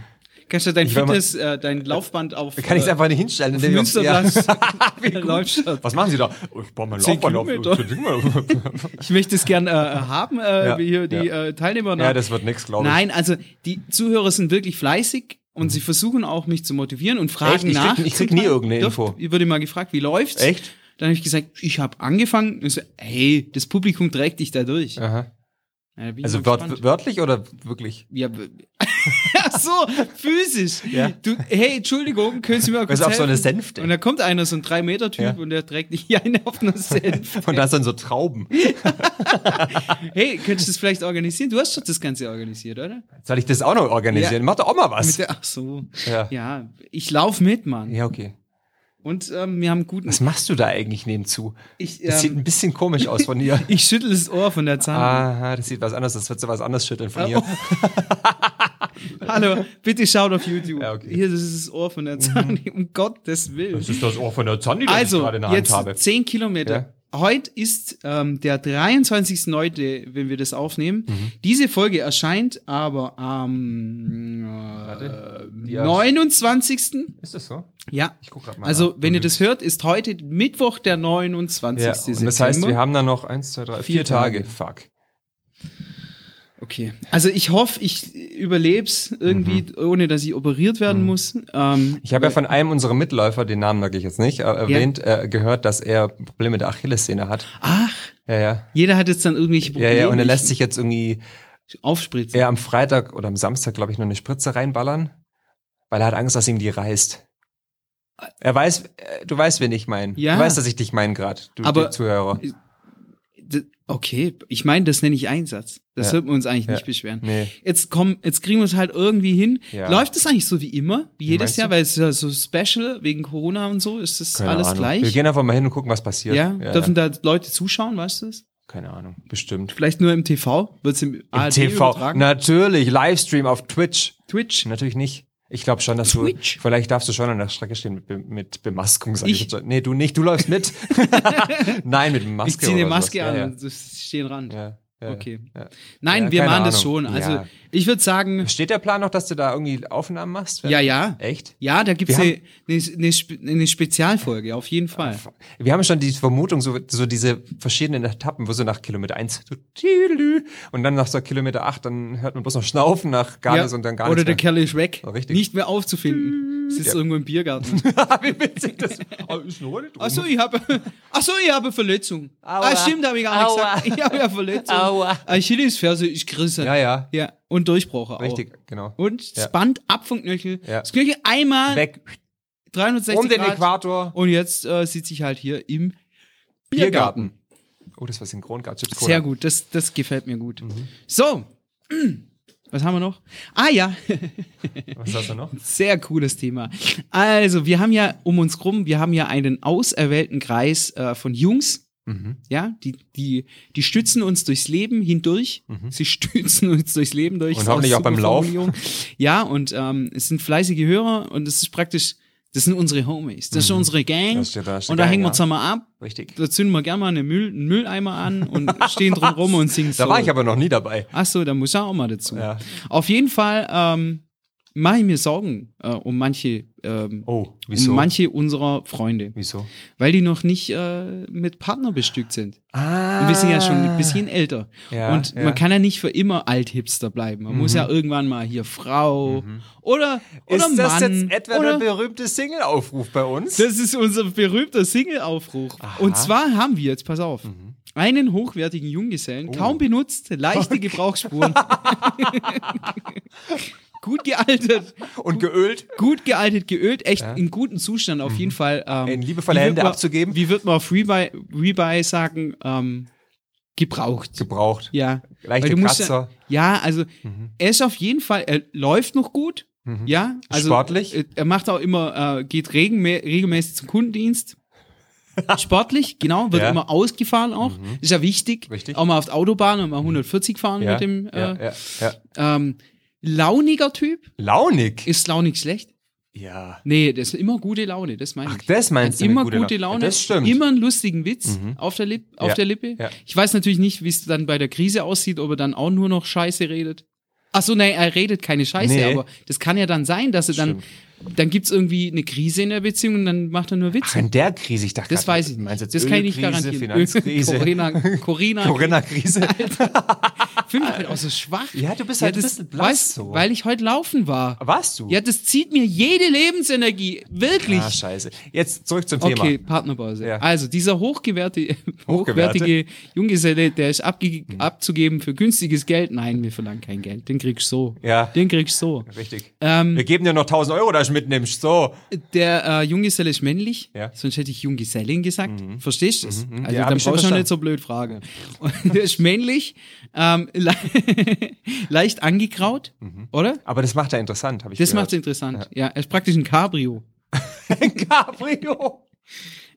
S2: Kannst du dein
S3: Ich war mal-
S2: Fitness, äh, dein Laufband auf
S3: Kann ich es
S2: äh,
S3: einfach nicht hinstellen?
S2: auf
S3: indem ich-
S2: Münsterplatz [laughs]
S3: Ja.
S2: läufst?
S3: [laughs] Was machen Sie da? Oh, Ich baue mein
S2: Zehn
S3: Laufband auf.
S2: [laughs] Ich möchte es gern äh, haben, äh,
S3: Ja,
S2: wie hier die
S3: ja.
S2: äh, Teilnehmer.
S3: Ja, das wird nix, glaube ich. Mhm.
S2: Nein, also die Zuhörer sind wirklich fleißig und sie versuchen auch mich zu motivieren und
S3: Echt?
S2: fragen
S3: Ich krieg-
S2: nach.
S3: ich krieg nie irgendeine
S2: Doch,
S3: Info.
S2: Ich wurde mal gefragt, wie läuft's?
S3: Echt?
S2: Dann habe ich gesagt, ich habe angefangen. Und so, hey, das Publikum trägt dich da durch. Ja.
S3: Aha.
S2: da bin ich
S3: Also
S2: mal
S3: wört-
S2: gespannt.
S3: wörtlich oder wirklich?
S2: ja, w- [laughs] Ach so, physisch.
S3: Ja.
S2: Du, hey, Entschuldigung, können Sie mir mal kurz
S3: Weißt du, auf so
S2: helfen?
S3: eine Sänfte.
S2: Und da kommt einer, so ein 3-Meter-Typ,
S3: Ja.
S2: und der trägt dich [laughs] ein auf
S3: [laughs]
S2: einer Senf.
S3: Und da sind so Trauben.
S2: Hey, könntest du das vielleicht organisieren? Du hast doch das Ganze organisiert, oder?
S3: Soll ich das auch noch
S2: Ja.
S3: organisieren? Mach doch auch mal
S2: Mit
S3: was.
S2: der, ach so.
S3: Ja.
S2: Ja, ich lauf mit, Mann.
S3: ja, okay.
S2: Und ähm, wir haben guten.
S3: Was machst du da eigentlich nebenzu?
S2: Ich,
S3: Das sieht
S2: ähm,
S3: ein Ah. bisschen komisch aus
S2: [laughs]
S3: von dir.
S2: ich schüttel das Ohr von der Zahnbürste.
S3: Aha, das sieht was anders. Das wird so was anderes schütteln von
S2: Ah,
S3: dir.
S2: Hallo, bitte schaut auf YouTube.
S3: Ja, okay.
S2: Hier, das ist das Ohr von der Zahnbürste. [laughs] Um Gottes Willen.
S3: ist das Ohr von der Zanni,
S2: Also, jetzt 10 Kilometer.
S3: Ja.
S2: Heute ist ähm, der 23.09., wenn wir das aufnehmen.
S3: Mhm.
S2: Diese Folge erscheint aber am äh,
S3: Ja.
S2: 29.
S3: Ist das so?
S2: Ja.
S3: Ich guck grad mal
S2: Also,
S3: nach. Mhm.
S2: wenn ihr das hört, ist heute Mittwoch der 29.
S3: Ja, und
S2: September.
S3: das heißt, wir haben da noch eins, zwei, drei,
S2: Vier
S3: vier Tage. Fuck.
S2: Okay. Also ich hoffe, ich überleb's irgendwie,
S3: Mhm.
S2: ohne dass ich operiert werden muss. Ähm,
S3: Ich habe ja von einem unserer Mitläufer, den Namen sage ich jetzt nicht, äh, erwähnt, äh, gehört, dass er Probleme mit der Achillessehne hat.
S2: ach,
S3: Ja, ja.
S2: jeder hat jetzt dann irgendwelche
S3: Ja,
S2: Probleme.
S3: ja, und er lässt sich jetzt irgendwie
S2: aufspritzen.
S3: er am Freitag oder am Samstag, glaube ich, noch eine Spritze reinballern, weil er hat Angst, dass ihm die reißt. Er weiß, äh, du weißt, wen ich meine.
S2: Ja.
S3: Du weißt, dass ich dich meine gerade, du
S2: Aber-
S3: der Zuhörer.
S2: D- Okay, ich meine, das nenne ich Einsatz. Das
S3: Ja.
S2: sollten wir uns eigentlich
S3: Ja.
S2: nicht beschweren.
S3: Nee.
S2: Jetzt komm, jetzt kriegen wir es halt irgendwie hin.
S3: Ja.
S2: Läuft es eigentlich so wie immer, wie jedes
S3: meinst
S2: Jahr,
S3: du?
S2: weil es ist ja so special wegen Corona und so, ist das
S3: Keine
S2: alles
S3: Ahnung. Wir
S2: gleich?
S3: gehen einfach mal hin und gucken, was
S2: Ja,
S3: passiert.
S2: dürfen da Leute zuschauen, weißt du das?
S3: Keine Ahnung, bestimmt.
S2: Vielleicht nur im TV? Wird es im,
S3: Im
S2: ARD
S3: TV,
S2: übertragen?
S3: natürlich, Livestream auf Twitch.
S2: Twitch?
S3: Natürlich nicht. Ich glaube schon, dass
S2: Twitch?
S3: du, vielleicht darfst du schon an der Strecke stehen mit, Be- mit Bemaskung. Sag
S2: Ich?
S3: ich. jetzt schon. Nee, du nicht, du läufst
S2: [laughs]
S3: mit. Nein, mit Maske.
S2: ich ziehe eine
S3: oder sowas.
S2: Maske
S3: Ja,
S2: an
S3: ja.
S2: und das stehen ran.
S3: Ja, ja,
S2: Okay.
S3: ja.
S2: Nein,
S3: Ja,
S2: wir
S3: keine
S2: machen das
S3: Ahnung.
S2: schon. Also
S3: Ja.
S2: ich würde sagen,
S3: Steht der Plan noch, dass du da irgendwie Aufnahmen machst?
S2: ja, ja.
S3: Echt?
S2: Ja, da gibt's
S3: Wir
S2: eine, eine, eine, Spe- eine Spezialfolge, auf jeden Fall.
S3: Wir haben schon die Vermutung, so, so diese verschiedenen Etappen, wo so nach Kilometer 1 so und dann nach so Kilometer 8, dann hört man bloß noch Schnaufen nach gar nichts
S2: ja.
S3: und dann gar
S2: Oder der
S3: nichts.
S2: Kerl ist weg.
S3: Ja, richtig. Mhm.
S2: Nicht mehr aufzufinden. Sitzt irgendwo im
S3: [laughs]
S2: Biergarten.
S3: Oder der Wie witzig das oh, ist. noch nicht
S2: Achso,
S3: rum.
S2: ich habe ach so, ich habe Verletzung. Ah, stimmt, habe ich gar nicht
S3: Aua.
S2: gesagt. Ich habe
S3: [laughs]
S2: ja Verletzung.
S3: Aua.
S2: Achillesferse, ich grisse.
S3: Ja, ja.
S2: Ja, und Durchbroche
S3: Richtig,
S2: auch.
S3: genau.
S2: Und das
S3: Ja.
S2: Band ab vom Knöchel.
S3: Ja.
S2: Das Knöchel einmal
S3: Weg.
S2: 360
S3: Um den
S2: Grad.
S3: Äquator.
S2: Und jetzt äh, sitze ich halt hier im Biergarten.
S3: Biergarten. Oh, das war synchron gerade. Chips Cola. Mhm.
S2: Sehr gut, das, das gefällt mir gut. So, [clears throat] was haben wir noch? Ah ja, [laughs]
S3: Was hast du noch?
S2: sehr cooles Thema. Also, wir haben ja um uns rum, wir haben ja einen auserwählten Kreis äh, von Jungs,
S3: Mhm.
S2: ja, die, die, die stützen uns durchs Leben hindurch. Sie [laughs] stützen uns durchs Leben durch.
S3: Mhm. Und
S2: Ist auch
S3: hoffentlich auch beim
S2: super
S3: Lauf.
S2: Formulierung. Ja, und ähm, es sind fleißige Hörer und es ist praktisch Das sind unsere Homies, das ist unsere Gang.
S3: Mhm. Das ist ja- das ist die
S2: und da
S3: Gang,
S2: hängen wir
S3: ja.
S2: zusammen ab.
S3: Richtig.
S2: Da zünden wir gerne mal einen, Müll, einen Mülleimer an
S3: [laughs]
S2: und stehen drum rum und singen so.
S3: Da war ich aber noch nie dabei.
S2: Ach so, da muss ich auch mal dazu.
S3: Ja.
S2: Auf jeden Fall ähm, mache ich mir Sorgen äh, um manche, ähm,
S3: Oh, wieso?
S2: um manche unserer Freunde,
S3: wieso?
S2: weil die noch nicht äh, mit Partner bestückt sind.
S3: Ah.
S2: Und wir sind ja schon ein bisschen älter.
S3: Ja,
S2: und
S3: ja. Mhm.
S2: man kann ja nicht für immer Althipster bleiben. Man muss ja irgendwann mal hier Frau oder, oder
S3: Ist das
S2: Mann.
S3: jetzt etwa
S2: oder
S3: der berühmte Single-Aufruf bei uns?
S2: das ist unser berühmter Single-Aufruf. Und zwar haben wir jetzt, pass auf,
S3: Mhm.
S2: einen hochwertigen
S3: Oh.
S2: Junggesellen, kaum benutzt, leichte
S3: [laughs]
S2: Gebrauchsspuren. gut gealtert,
S3: und geölt?
S2: gut gealtert, geölt, echt in gutem Zustand auf jeden Fall. Ähm,
S3: Mhm. In liebevolle
S2: wie wird
S3: Hände
S2: man,
S3: abzugeben?
S2: Wie wird man auf Rebuy, Rebuy sagen, ähm, gebraucht.
S3: Gebraucht.
S2: Ja.
S3: Leichte
S2: Weil du musst
S3: Kratzer. Mhm.
S2: Ja, ja also er ist auf jeden Fall, er läuft noch gut. Ja, also
S3: Sportlich?
S2: äh, Er macht auch immer, äh, geht regenmä regelmäßig zum Kundendienst.
S3: [laughs]
S2: Sportlich, genau, wird
S3: Ja. Mhm.
S2: immer ausgefahren auch. Ist ja wichtig.
S3: Richtig. Mhm.
S2: Auch mal auf der Autobahn und mal 140 fahren
S3: Ja,
S2: mit dem. Äh,
S3: ja, ja, ja.
S2: Ähm, launiger Typ.
S3: Launig.
S2: Ist launig schlecht?
S3: Ja.
S2: Nee, das ist immer gute Laune, das meine ich.
S3: Ach, das meinst du mit
S2: Immer
S3: guter
S2: gute,
S3: Laune?
S2: Laune,
S3: Das stimmt. Mhm.
S2: immer einen lustigen Witz auf, der, Lip auf
S3: Ja,
S2: der Lippe.
S3: ja.
S2: Ich weiß natürlich nicht, wie es dann bei der Krise aussieht, ob er dann auch nur noch Scheiße redet. Ach so, nein, er redet keine Scheiße,
S3: Nee.
S2: aber das kann ja dann sein, dass er dann, dann gibt's irgendwie eine Krise in der Beziehung und dann macht er nur
S3: Ach,
S2: Witze.
S3: in der Krise, ich dachte,
S2: das
S3: grad,
S2: weiß ich
S3: du
S2: nicht.
S3: meinst jetzt
S2: Das kann ich nicht
S3: Ölkrise,
S2: garantieren. [laughs]
S3: Finanzkrise.
S2: Corinna,
S3: [laughs]
S2: Corinna, [laughs]
S3: Corinna-Krise.
S2: Finde ich halt auch so schwach.
S3: Ja, du bist halt ein
S2: das-
S3: bisschen blass
S2: weißt,
S3: so.
S2: Weil ich heute laufen war.
S3: Warst du?
S2: Ja, das zieht mir jede Lebensenergie. Wirklich.
S3: Ah, scheiße. Jetzt zurück zum Thema.
S2: Okay, Partnerpause.
S3: Ja.
S2: Also dieser
S3: [laughs]
S2: hochgewerti-
S3: Hochgewerte?
S2: hochwertige Junggeselle, der ist abge abzugeben für günstiges Geld. Nein, wir verlangen kein Geld. Den kriegst du so.
S3: Ja.
S2: Den kriegst du so.
S3: Richtig.
S2: Ähm,
S3: Wir geben dir noch 1000 Euro, dass du mitnimmst. So.
S2: Der äh, Junggeselle ist männlich,
S3: Ja. Mhm.
S2: sonst hätte ich Junggesellin gesagt. Verstehst du das? Also
S3: Ja, hab
S2: dann
S3: ich schon
S2: brauchst du auch
S3: verstanden.
S2: nicht so blöd fragen. Und der ist männlich, ähm, [laughs] le leicht angekraut, oder?
S3: Aber das macht er interessant, habe ich
S2: Das macht's
S3: Mhm. gehört.
S2: interessant. Ja. er ist praktisch ein Cabrio.
S3: [laughs] Cabrio.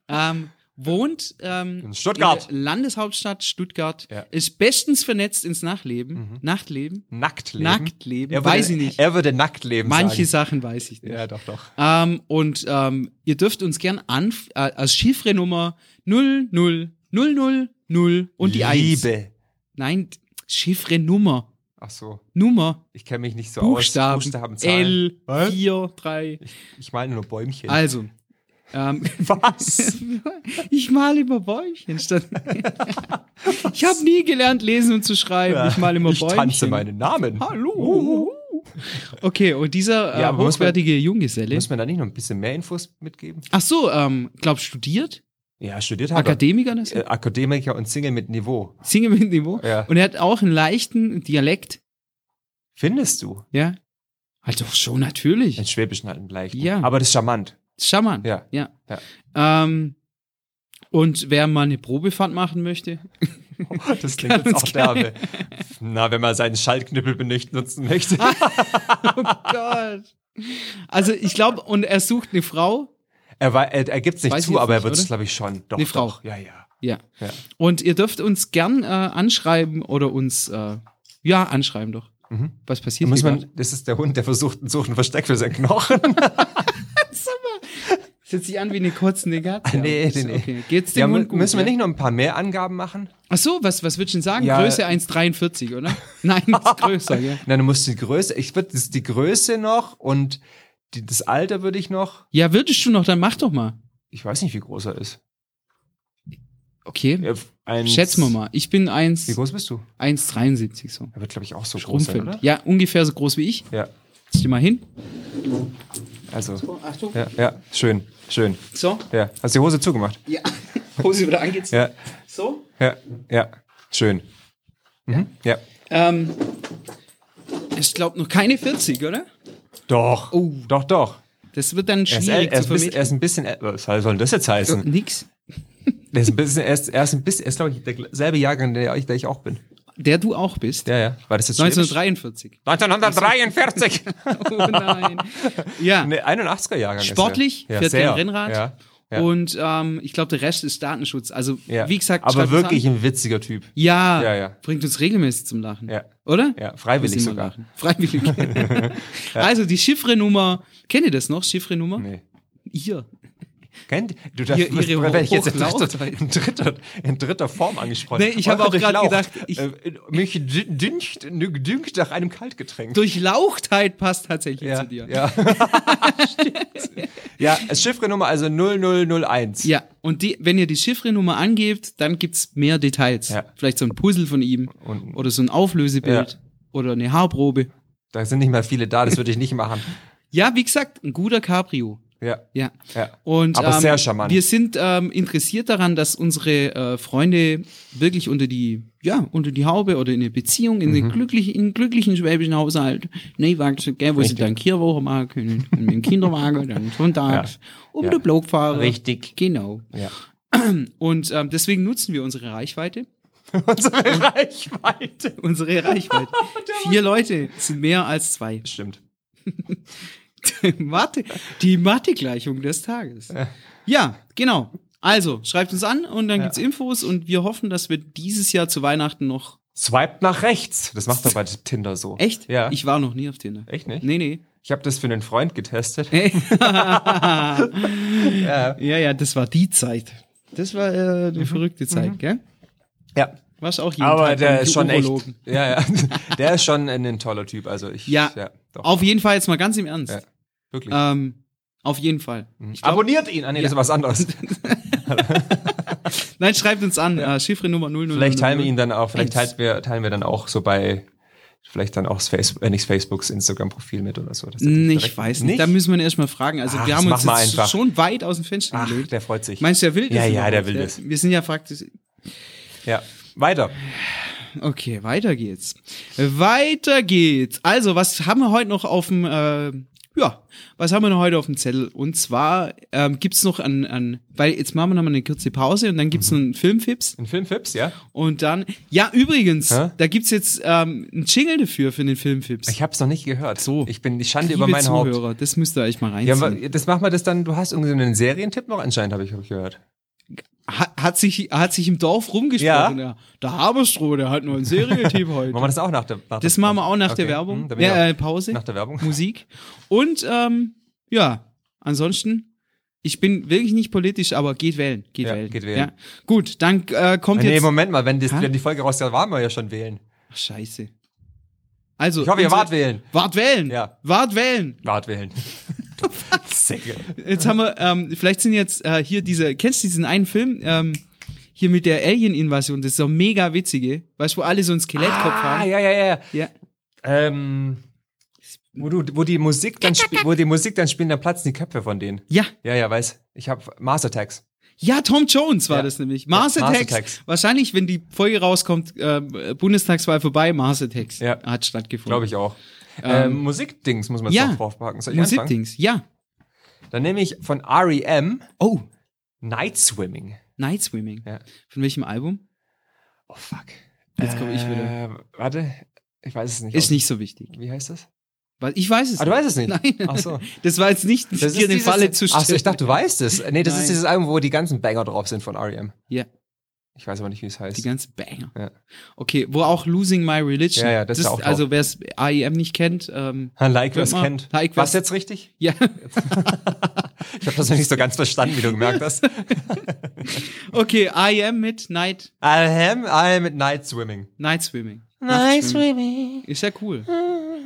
S2: Ähm, wohnt ähm,
S3: In Stuttgart.
S2: in der Landeshauptstadt Stuttgart.
S3: Ja. Mhm.
S2: Ist bestens vernetzt ins Nachtleben. Nachtleben.
S3: Nackt leben.
S2: Nackt leben,
S3: Er würde,
S2: weiß ich nicht.
S3: Er würde nackt leben
S2: Manche
S3: sagen.
S2: Sachen weiß ich nicht.
S3: Ja, doch, doch.
S2: Ähm, und ähm, ihr dürft uns gern an äh, als Chiffrenummer 00000 und die 1.
S3: Liebe.
S2: Nein, Chiffrenummer.
S3: Ach so.
S2: Nummer.
S3: Ich kenne mich nicht so
S2: Buchstaben.
S3: aus. Buchstaben, Zahlen.
S2: L,
S3: Was?
S2: 4, 3.
S3: Ich meine nur Bäumchen.
S2: Also.
S3: [laughs]
S2: Ähm,
S3: Was?
S2: Ich male immer Bäumchen statt. ich habe nie gelernt, lesen und zu schreiben. [laughs] Ich male immer
S3: ich
S2: Bäumchen.
S3: tanze meinen Namen.
S2: Hallo. Okay, und dieser äh,
S3: Ja, aber muss man-
S2: hochwertige Junggeselle.
S3: Muss man da nicht noch ein bisschen mehr Infos mitgeben?
S2: Ach so, ähm, glaub studiert?
S3: Ja, studiert hat er.
S2: Akademiker? Das
S3: Äh, Akademiker und Single mit Niveau.
S2: Singe mit Niveau.
S3: Ja.
S2: Und er hat auch einen leichten Dialekt.
S3: Findest du?
S2: Ja. Halt doch schon, natürlich.
S3: In Schwäbischen halt leicht.
S2: Ja.
S3: Aber das
S2: [laughs]
S3: ist charmant.
S2: Schaman.
S3: Ja.
S2: ja.
S3: Ja.
S2: Ähm, und wer mal eine Probefahrt machen
S3: [laughs]
S2: möchte,
S3: Das klingt jetzt
S2: Ganz
S3: auch derbe. Na, wenn man seinen Schaltknüppel
S2: [laughs]
S3: benutzen möchte.
S2: Ah. Gott. Also ich glaube, und er sucht eine Frau.
S3: Er, war, er, er gibt es nicht
S2: Weiß ich
S3: zu,
S2: jetzt
S3: aber er
S2: nicht,
S3: wird es,
S2: oder?
S3: glaube ich, schon. Doch,
S2: Eine Frau.
S3: doch. Ja, ja.
S2: Ja.
S3: Ja.
S2: Und ihr dürft uns gern äh, anschreiben oder uns äh, ja anschreiben doch. Was
S3: Da
S2: passiert
S3: muss
S2: hier
S3: man,
S2: man
S3: das ist der Hund, der versucht, sucht ein Versteck für seinen Knochen.
S2: Sitzt sich an wie eine kotzende
S3: [laughs]
S2: Gatze.
S3: Ah, nee, nee, nee.
S2: Okay. Geht's dem
S3: Ja, mu-
S2: Hund gut?
S3: müssen wir
S2: ja?
S3: nicht noch ein paar mehr Angaben machen?
S2: Ach so, was was würdest du denn sagen?
S3: Ja.
S2: Größe 1,43,
S3: [laughs]
S2: oder? Nein, ist größer, ja.
S3: Nein, du musst die Größe, ich würde die Größe noch und die, das Alter würde ich noch.
S2: Ja, würdest du noch, dann mach doch mal.
S3: Ich weiß nicht, wie groß er ist.
S2: Okay.
S3: Er- ein-
S2: Schätzen wir mal. Ich bin
S3: Wie
S2: 1
S3: groß bist du?
S2: 1,73 so.
S3: Er wird, glaube ich, auch so groß sein,
S2: Umfeld.
S3: oder?
S2: Ja, ungefähr so groß wie ich.
S3: Ja.
S2: Setz dich mal hin.
S3: Also,
S2: Achtung.
S3: ja, ja, schön, schön.
S2: So.
S3: Ja, hast die Hose zugemacht? [laughs]
S2: Ja. Hose wieder angezogen.
S3: Ja,
S2: So.
S3: ja, ja, schön. Mhm. Ja.
S2: Ähm, ich glaube noch keine 40, oder?
S3: Doch,
S2: Oh.
S3: doch, doch.
S2: Das wird dann
S3: Er ist, äl-
S2: schwierig
S3: er,
S2: zu
S3: ist, bis- er
S2: vermitteln.
S3: ist ein bisschen, äl- was soll denn das jetzt heißen?
S2: Nix.
S3: Er ist ein bisschen, er ist, er ist ein bisschen, er ist, glaube ich, derselbe Jahrgang, der ich, der ich auch bin.
S2: Der du auch bist.
S3: Ja, ja. War das jetzt schwäbisch? [laughs]
S2: 1943.
S3: 1943!
S2: Oh nein. [laughs] Ja.
S3: Ne, 81er Jahrgang.
S2: Sportlich,
S3: ist er.
S2: fährt
S3: sehr.
S2: kein Rennrad.
S3: Ja, ja,
S2: Und ähm, ich glaube, der Rest ist Datenschutz. Also,
S3: ja.
S2: wie gesagt, schreibt
S3: aber
S2: uns
S3: wirklich
S2: An.
S3: ein witziger Typ.
S2: Ja,
S3: Ja, ja.
S2: bringt uns regelmäßig zum Lachen.
S3: Ja.
S2: Oder?
S3: Ja, freiwillig
S2: Müssen wir
S3: sogar. [laughs]
S2: [laughs] Lachen. Freiwillig. Also, die Chiffrenummer, kennt ihr das noch? Chiffrenummer?
S3: Nee.
S2: Ihr.
S3: Kennt du darfst,
S2: Ihr- ihre
S3: werde ich jetzt in
S2: Hochlaut-
S3: dritter, in, dritter, in dritter Form angesprochen.
S2: Nee, ich habe
S3: Eure
S2: auch gerade
S3: Durchlaucht,
S2: gedacht, ich-
S3: äh, mich dü- dünkt, dünkt nach einem Kaltgetränk.
S2: Durchlauchtheit passt tatsächlich
S3: ja,
S2: zu dir.
S3: ja.
S2: [laughs]
S3: Stimmt. ja, Chiffrenummer also 0001.
S2: Ja, und die, wenn ihr die Chiffrenummer angebt, dann gibt's mehr Details.
S3: Ja.
S2: Vielleicht so ein Puzzle von ihm
S3: Und-
S2: oder so ein Auflösebild
S3: Ja.
S2: oder eine Haarprobe.
S3: Da sind nicht mal viele da, das würde ich nicht machen.
S2: Ja, wie gesagt, ein guter Cabrio.
S3: Ja.
S2: Ja.
S3: Ja.
S2: Und,
S3: Aber
S2: ähm,
S3: sehr charmant.
S2: Wir sind ähm, interessiert daran, dass unsere äh, Freunde wirklich unter die, ja, unter die Haube oder in eine Beziehung, in
S3: Mhm.
S2: den glücklichen, in den glücklichen schwäbischen Haushalt, ne, gell, wo sie
S3: Richtig.
S2: dann Kirwoche machen können, und mit dem Kinderwagen,
S3: [laughs]
S2: dann sonntags, um
S3: Ja.
S2: den Block fahren.
S3: Richtig.
S2: Genau.
S3: Ja. [laughs]
S2: Und ähm, deswegen nutzen wir unsere Reichweite.
S3: Unsere Reichweite.
S2: [laughs] Unsere [laughs] Reichweite. Vier Leute sind mehr als zwei.
S3: Stimmt.
S2: [laughs] Mathe, die Mathe-Gleichung des Tages. Ja. genau. Also, schreibt uns an und dann gibt's Infos und wir hoffen, dass wir dieses Jahr zu Weihnachten noch.
S3: Swiped nach rechts. Das macht doch bei Tinder so.
S2: Echt?
S3: Ja.
S2: Ich war noch nie auf Tinder.
S3: Echt nicht?
S2: Nee,
S3: [laughs]
S2: nee.
S3: Ich habe das für einen Freund getestet.
S2: Ja, ja, das war die Zeit. Das war äh, die verrückte Zeit, gell?
S3: Ja.
S2: Warst auch jeden
S3: Mhm. Aber
S2: Tag beim
S3: der ist schon echt.
S2: Urologen.
S3: Ja, [laughs] ja. Der ist schon ein, ein toller Typ. Also ich.
S2: Ja,
S3: doch.
S2: auf jeden Fall, jetzt mal ganz im Ernst.
S3: wirklich.
S2: Ähm, auf jeden Fall. Ich glaub-
S3: Abonniert ihn. Ah, nee, das ist was [laughs] anderes.
S2: Nein, schreibt uns an. Äh, Chiffrenummer 00.
S3: Vielleicht teilen wir ihn dann auch.
S2: Eins.
S3: Vielleicht teilen wir, teilen wir dann auch so bei. Vielleicht dann auch das Facebook, äh, nicht Facebooks Instagram-Profil mit oder so. Das ist
S2: Nee,
S3: natürlich
S2: Hm, ich
S3: direkt-
S2: weiß nicht. Da müssen wir ihn erstmal fragen. Also
S3: Ach,
S2: wir
S3: das
S2: haben uns
S3: machen wir
S2: jetzt
S3: einfach.
S2: schon weit aus dem Fenster
S3: Ach,
S2: gelegt.
S3: der freut sich.
S2: Meinst du, der will das?
S3: Ja, ja,
S2: überhaupt?
S3: der will das.
S2: Wir sind ja praktisch.
S3: Ja. Weiter.
S2: Okay, weiter geht's. Weiter geht's. Also, was haben wir heute noch auf dem, äh, ja, was haben wir noch heute auf dem Zettel? Und zwar ähm, gibt's noch an, an, weil jetzt machen wir nochmal eine kurze Pause und dann gibt's
S3: Mhm.
S2: noch einen Filmfips
S3: Ein Filmfips, ja?
S2: und dann, ja, übrigens,
S3: Hä?
S2: da gibt's jetzt ähm, einen Jingle dafür für den Filmfips.
S3: Ich habe es noch nicht gehört.
S2: So.
S3: Ich bin die Schande
S2: Liebe
S3: über mein Haupt.
S2: Zuhörer, das müsst ihr euch mal
S3: Ja,
S2: reinziehen.
S3: aber das machen wir das dann. Du hast irgendwie einen Serientipp noch anscheinend, habe ich, hab ich gehört.
S2: hat, hat, sich, hat sich im Dorf rumgesprochen. Ja. Der Haberstroh, der hat nur einen
S3: [laughs]
S2: Serientyp heute.
S3: Machen wir das auch nach der nach
S2: Das
S3: der-
S2: machen wir auch nach der
S3: Okay.
S2: Werbung.
S3: Hm, da bin ich
S2: ja, äh,
S3: auch-
S2: Pause.
S3: [laughs] Nach
S2: [laughs]
S3: der Werbung.
S2: Musik. Und ähm, ja, ansonsten, ich bin wirklich nicht politisch, aber geht wählen. Geht
S3: Ja,
S2: wählen.
S3: geht wählen.
S2: Ja. Gut, dann äh, kommt
S3: Nee,
S2: jetzt.
S3: Moment mal, wenn, das,
S2: Hä?
S3: wenn die Folge raus war, waren wir ja schon wählen.
S2: Ach, scheiße. Also,
S3: Ich hoffe, ihr
S2: unsere-
S3: wart wählen.
S2: Wart wählen.
S3: Ja.
S2: Wart wählen. [laughs]
S3: Wart wählen. Säcke.
S2: Jetzt haben wir, ähm, vielleicht sind jetzt äh, hier diese, kennst du diesen einen Film? Ähm, hier mit der Alien-Invasion, das ist so mega witzige. Weißt du, wo alle so einen Skelettkopf
S3: Ah,
S2: haben?
S3: ja, ja, ja.
S2: ja.
S3: Ähm, wo, du, wo die Musik dann spielt, wo die Musik dann spielen, dann platzen die Köpfe von denen.
S2: Ja,
S3: Ja, ja, weiß. Ich habe Mars Attacks.
S2: ja, Tom Jones war
S3: Ja.
S2: das nämlich. Mars,
S3: Ja, Mars
S2: Attacks.
S3: Attacks.
S2: Wahrscheinlich, wenn die Folge rauskommt, äh, Bundestagswahl vorbei, Mars Attacks
S3: Ja.
S2: hat stattgefunden.
S3: Glaube ich auch. Ähm, Musikdings muss man jetzt
S2: ja.
S3: noch draufpacken. Soll ich anfangen?
S2: Musikdings, ja.
S3: Dann nehme ich von REM
S2: Oh,
S3: Night Swimming.
S2: Night Swimming.
S3: Ja.
S2: Von welchem Album?
S3: Oh fuck.
S2: Jetzt komm ich wieder.
S3: Ähm, warte, ich weiß es nicht.
S2: Ist nicht so wichtig.
S3: Wie heißt das?
S2: Weil Ich weiß es
S3: Ah, du weißt es
S2: [laughs]
S3: nicht.
S2: Nein.
S3: Ach so.
S2: Das war jetzt nicht
S3: Das
S2: dir
S3: ist
S2: den
S3: dieses-
S2: Falle zu stellen.
S3: Ach so, ich dachte, du weißt es. Nee, das
S2: Nein.
S3: ist dieses Album, wo die ganzen Banger drauf sind von R.E.M.
S2: Ja.
S3: Ich weiß aber nicht, wie es heißt.
S2: Die ganzen Banger.
S3: Ja.
S2: Okay, wo auch Losing My Religion.
S3: Ja, ja, das ist auch drauf.
S2: Also wer es AIM nicht kennt, ähm, [laughs]
S3: Ah, like, wer es
S2: Mal-
S3: kennt.
S2: Like,
S3: War's
S2: wer's-
S3: jetzt richtig?
S2: ja.
S3: Ich habe das noch nicht so ganz verstanden, wie du
S2: [laughs]
S3: gemerkt hast.
S2: Okay, AIM mit Night,
S3: I am, I am at night swimming.
S2: Night Swimming. Night Swimming. Ist ja cool.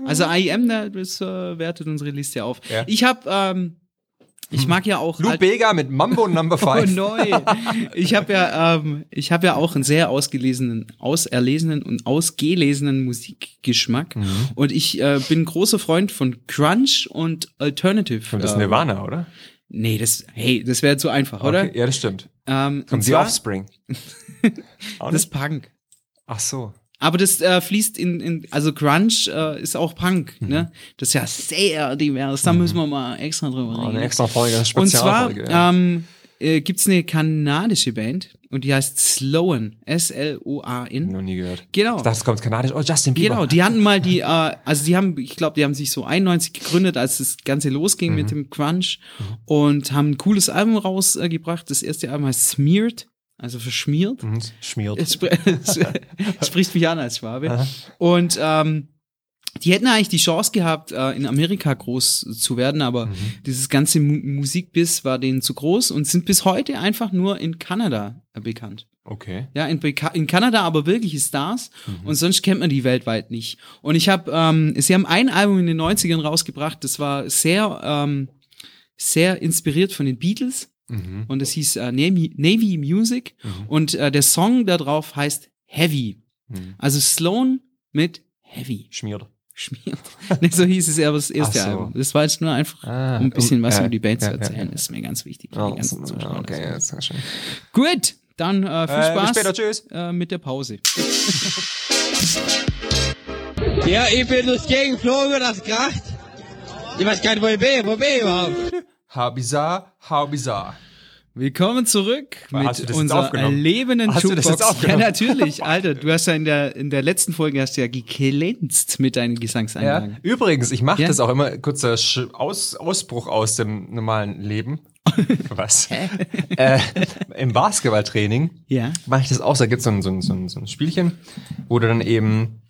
S2: Also AIM, da- das äh, wertet unsere Liste auf.
S3: Ja. Hm.
S2: Ich habe, ähm, ich mag ja auch...
S3: Lou
S2: alt-
S3: Bega mit Mambo Number
S2: Oh
S3: 5.
S2: neu. Ich habe ja, ähm, ich habe ja auch einen sehr ausgelesenen, auserlesenen und ausgelesenen Musikgeschmack.
S3: Mhm.
S2: Und ich äh, bin großer Freund von Crunch und Alternative.
S3: Das ist
S2: Ähm,
S3: Nirvana, oder?
S2: nee, das, hey, das wäre zu einfach, oder?
S3: Okay, ja, das stimmt.
S2: Ähm, und
S3: Kommt The
S2: zwar, [laughs]
S3: Offspring. Auch
S2: das
S3: nicht?
S2: ist Punk.
S3: Ach so.
S2: Aber das äh, fließt in, in also Grunge äh, ist auch Punk,
S3: Mhm.
S2: ne? Das ist ja sehr divers. Da müssen wir mal extra drüber
S3: Oh,
S2: reden.
S3: eine extra Folge, eine
S2: Und zwar
S3: Spezialfolge. ja.
S2: ähm, äh, gibt es eine kanadische Band und die heißt Sloan. S-L-O-A-N.
S3: Noch nie gehört.
S2: Genau.
S3: Ich dachte, es kommt kanadisch. Oh, Justin Bieber.
S2: Genau, die hatten mal die, äh, also die haben, ich glaube, die haben sich so 91 gegründet, als das Ganze losging mit dem Crunch und haben ein cooles Album rausgebracht. Das erste Album heißt Smeared, also verschmiert. [laughs]
S3: Mhm, Schmiert.
S2: Es spr- es spricht mich an als Schwabe. Und ähm, Die hätten eigentlich die Chance gehabt, äh, in Amerika groß zu werden, aber dieses ganze Mu Musikbiss war denen zu groß und sind bis heute einfach nur in Kanada äh, bekannt.
S3: Okay.
S2: Ja, in, Beka- in Kanada aber wirkliche Stars
S3: Mhm.
S2: und sonst kennt man die weltweit nicht. Und ich habe, ähm, sie haben ein Album in den 90ern rausgebracht, das war sehr, ähm, sehr inspiriert von den Beatles
S3: Mhm.
S2: und es hieß äh, Navy, Navy Music und äh, der Song da drauf heißt Heavy.
S3: Mhm.
S2: Also Sloan mit Heavy. [laughs]
S3: Schmiert.
S2: Schmiert. Nee, so hieß es eher das erste
S3: Ach so.
S2: Album. Das war jetzt nur einfach,
S3: Ah,
S2: um ein bisschen
S3: um-
S2: was
S3: äh,
S2: über die Band zu
S3: ja, ja,
S2: erzählen.
S3: ja.
S2: Das ist mir ganz wichtig. für die
S3: Oh, Ja, das-
S2: ganzen Zuschauer.
S3: okay, ja, sehr schön.
S2: Gut, dann äh, viel
S3: Äh, bis
S2: Spaß
S3: später, tschüss.
S2: Äh, mit der Pause.
S5: [laughs] Ja, ich bin durchs Gegend geflogen, das kracht. Ich weiß gar nicht, wo ich bin, wo bin ich überhaupt?
S3: How bizarre, how bizarre.
S2: Willkommen zurück
S3: Hast du
S2: mit
S3: das jetzt
S2: unserer
S3: aufgenommen?
S2: lebenden
S3: Hast du das
S2: Jukebox.
S3: jetzt
S2: ja,
S3: aufgenommen?
S2: natürlich. Alter, du hast ja in der, in der letzten Folge hast du ja geklänzt mit deinen
S3: Ja.
S2: Gesangseinlagen.
S3: Übrigens, ich mache
S2: Ja.
S3: das auch immer, kurzer Sch Aus Ausbruch aus dem
S2: [laughs]
S3: normalen Leben. Was? äh, Im Basketballtraining
S2: Ja.
S3: mache ich das auch. Da gibt so es so, ein- so, ein- so ein Spielchen, wo du dann eben,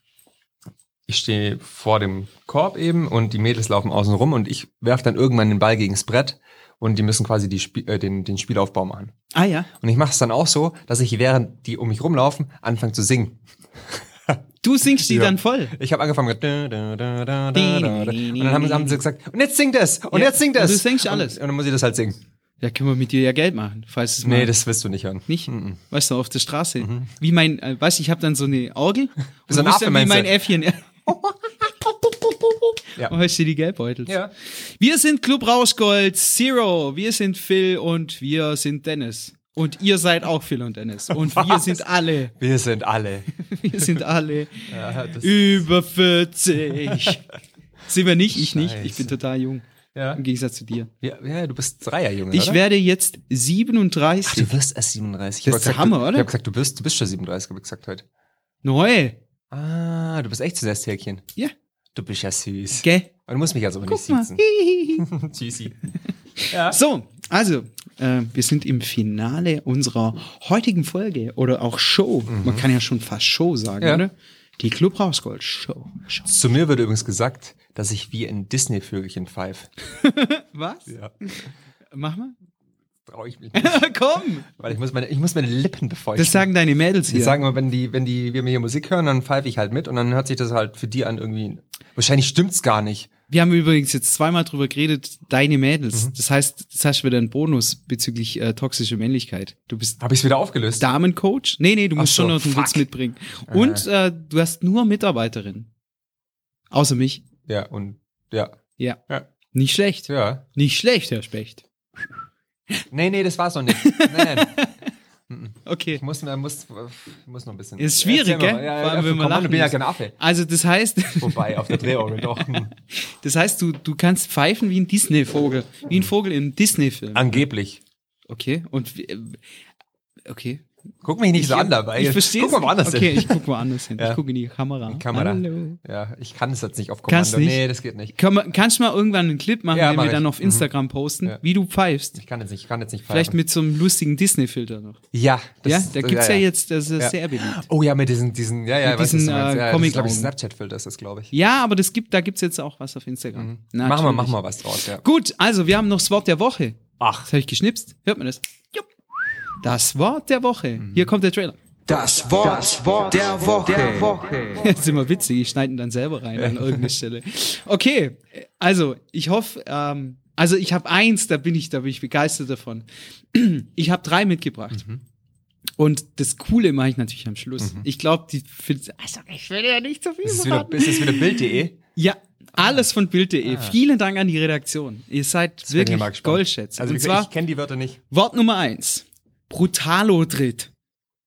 S3: ich stehe vor dem Korb eben und die Mädels laufen außen rum und ich werfe dann irgendwann den Ball gegens Brett und die müssen quasi die Spie- äh, den, den Spielaufbau machen.
S2: Ah ja.
S3: Und ich mache es dann auch so, dass ich während die um mich rumlaufen, anfange zu singen.
S2: Du singst die
S3: Ja.
S2: dann voll.
S3: Ich habe angefangen mit da, da, da, da, da, da. und dann haben, haben sie gesagt, und jetzt sing das, und
S2: Ja,
S3: jetzt sing das.
S2: und du singst alles.
S3: Und, und dann muss ich das halt singen.
S2: Da können wir mit dir ja Geld machen, falls es mal
S3: Nee, das willst du nicht hören.
S2: nicht, weißt du, auf der Straße. Wie mein, äh, weißt du, ich habe dann so eine Orgel
S3: So
S2: du
S3: ein
S2: bist
S3: Affe,
S2: dann wie
S3: meinst
S2: mein
S3: du?
S2: Äffchen. [laughs]
S3: Ja.
S2: Und hörst dir die Geldbeutel.
S3: Ja.
S2: Wir sind Club Rauschgold Zero, wir sind Phil und wir sind Dennis. Und ihr seid auch Phil und Dennis. Und wir
S3: Was?
S2: sind alle,
S3: Wir sind
S2: [laughs]
S3: alle.
S2: wir sind alle
S3: [laughs] Ja, das,
S2: über 40. sind wir nicht, ich nicht. Ich
S3: Scheiße.
S2: bin total jung.
S3: ja.
S2: Im Gegensatz zu dir.
S3: Ja, ja, du bist Dreierjunge,
S2: Ich
S3: oder?
S2: werde jetzt 37.
S3: Du wirst erst 37. Ich
S2: Das
S3: hab
S2: ist
S3: gesagt,
S2: der Hammer,
S3: du,
S2: oder?
S3: Ich habe gesagt, du bist, du bist schon 37, habe ich gesagt heute.
S2: Neu.
S3: Ah, du bist echt süßes Häschen.
S2: Ja.
S3: Du bist ja süß.
S2: Gell?
S3: Und du musst mich also aber nicht
S2: Guck mal.
S3: siezen. [laughs]
S2: Hihihi.
S3: Süßi.
S2: So, also, äh, wir sind im Finale unserer heutigen Folge oder auch Show. Man kann ja schon fast Show sagen,
S3: Mhm. Ja.
S2: oder? Die Club Rausgold Show. Show.
S3: Zu mir wird übrigens gesagt, dass ich wie ein Disney-Vögelchen pfeife.
S2: Was?
S3: Ja.
S2: Mach
S3: [laughs]
S2: mal.
S3: Traue ich mich nicht.
S2: Komm!
S3: Weil ich muss meine, ich muss meine Lippen befeuchten.
S2: Das sagen deine Mädels
S3: Die
S2: hier.
S3: sagen immer, wenn die, wenn die, wir mir hier Musik hören, dann pfeife ich halt mit und dann hört sich das halt für die an irgendwie. Wahrscheinlich stimmt's gar nicht.
S2: wir haben übrigens jetzt zweimal drüber geredet, deine
S3: Mhm.
S2: Mädels. Das heißt, das hast wieder einen Bonus bezüglich äh, toxische Männlichkeit. Du bist
S3: Habe ich's wieder aufgelöst?
S2: Damencoach? Nee, nee, du musst
S3: so,
S2: schon noch einen
S3: fuck.
S2: Witz mitbringen. Und äh, du hast nur Mitarbeiterin. Außer mich.
S3: Ja, und ja.
S2: Ja.
S3: Ja.
S2: Nicht schlecht.
S3: Ja.
S2: Nicht schlecht, Herr Specht.
S3: Nee, nee, das war's noch
S2: [laughs]
S3: nicht. Nein, nein.
S2: Okay.
S3: Ich muss, äh, muss, äh, muss noch ein bisschen.
S2: Ist schwierig,
S3: Erzähl mir
S2: gell?
S3: mal. Ja,
S2: Vor allem,
S3: ja,
S2: wenn
S3: wenn
S2: man
S3: man
S2: lachen
S3: ich bin ja
S2: muss.
S3: kein Affe.
S2: Also das heißt, [laughs]
S3: Wobei, auf der Drehorgel doch. hm.
S2: das heißt, du, du kannst pfeifen wie ein Disney-Vogel. Wie ein Vogel im
S3: Also
S2: Disney-Film.
S3: Angeblich.
S2: Okay. Und wie- äh, okay.
S3: Guck mich nicht so an dabei.
S2: Ich verstehe.
S3: Guck mal woanders
S2: Okay,
S3: hin.
S2: ich guck woanders hin.
S3: Ja.
S2: Ich gucke in die Kamera.
S3: [laughs] Kamera.
S2: Hallo.
S3: Ja, ich kann es jetzt nicht auf
S2: Kannst
S3: Kommando.
S2: nicht?
S3: Nee, das geht nicht.
S2: Kann man, kannst du mal irgendwann einen Clip machen,
S3: Ja,
S2: den
S3: mach
S2: wir
S3: ich.
S2: dann auf
S3: Mhm.
S2: Instagram posten,
S3: Ja.
S2: wie du pfeifst?
S3: Ich kann jetzt nicht, ich kann jetzt nicht
S2: Vielleicht
S3: pfeifen.
S2: mit so einem lustigen Disney-Filter noch.
S3: Ja, das,
S2: ja, da gibt's ja,
S3: jetzt.
S2: jetzt, das ist
S3: Ja.
S2: sehr beliebt.
S3: Oh ja, mit diesen, diesen, ja, ja,
S2: Mit
S3: weiß, was
S2: diesen,
S3: du meinst.
S2: äh,
S3: ja, das ist, glaube
S2: Comic-Augen.
S3: ich, Snapchat-Filter ist das, glaube ich.
S2: Ja, aber das gibt, da gibt's jetzt auch was auf Instagram. Mhm.
S3: Mach mal, mach mal was draus, ja.
S2: Gut, also wir haben noch das Wort der Woche.
S3: Ach.
S2: Das habe ich geschnipst. Hört man das? Jupp. Das Wort der Woche.
S3: Mhm.
S2: Hier kommt der Trailer. [laughs]
S6: Das Wort, der, Woche.
S2: Das ist immer witzig. Ich schneide ihn dann selber rein an irgendeiner Stelle. Okay, also ich hoffe, ähm, also ich habe eins, da bin ich, da bin ich begeistert davon. [clears throat] Ich habe drei mitgebracht.
S3: Mhm.
S2: Und das Coole mache ich natürlich am Schluss. Ich glaube, die find- also ich will ja nicht so viel
S3: Ist es wieder,
S2: verraten.
S3: ist es wieder Bild.de?
S2: Ja, alles von Bild.de. Vielen Dank an die Redaktion. Ihr seid
S3: Das bin ich mal
S2: wirklich
S3: gespannt.
S2: Goldschätze.
S3: Also, wie
S2: Und
S3: gesagt,
S2: zwar
S3: ich kenne die Wörter nicht.
S2: Wort Nummer eins. Brutalo-Dritt.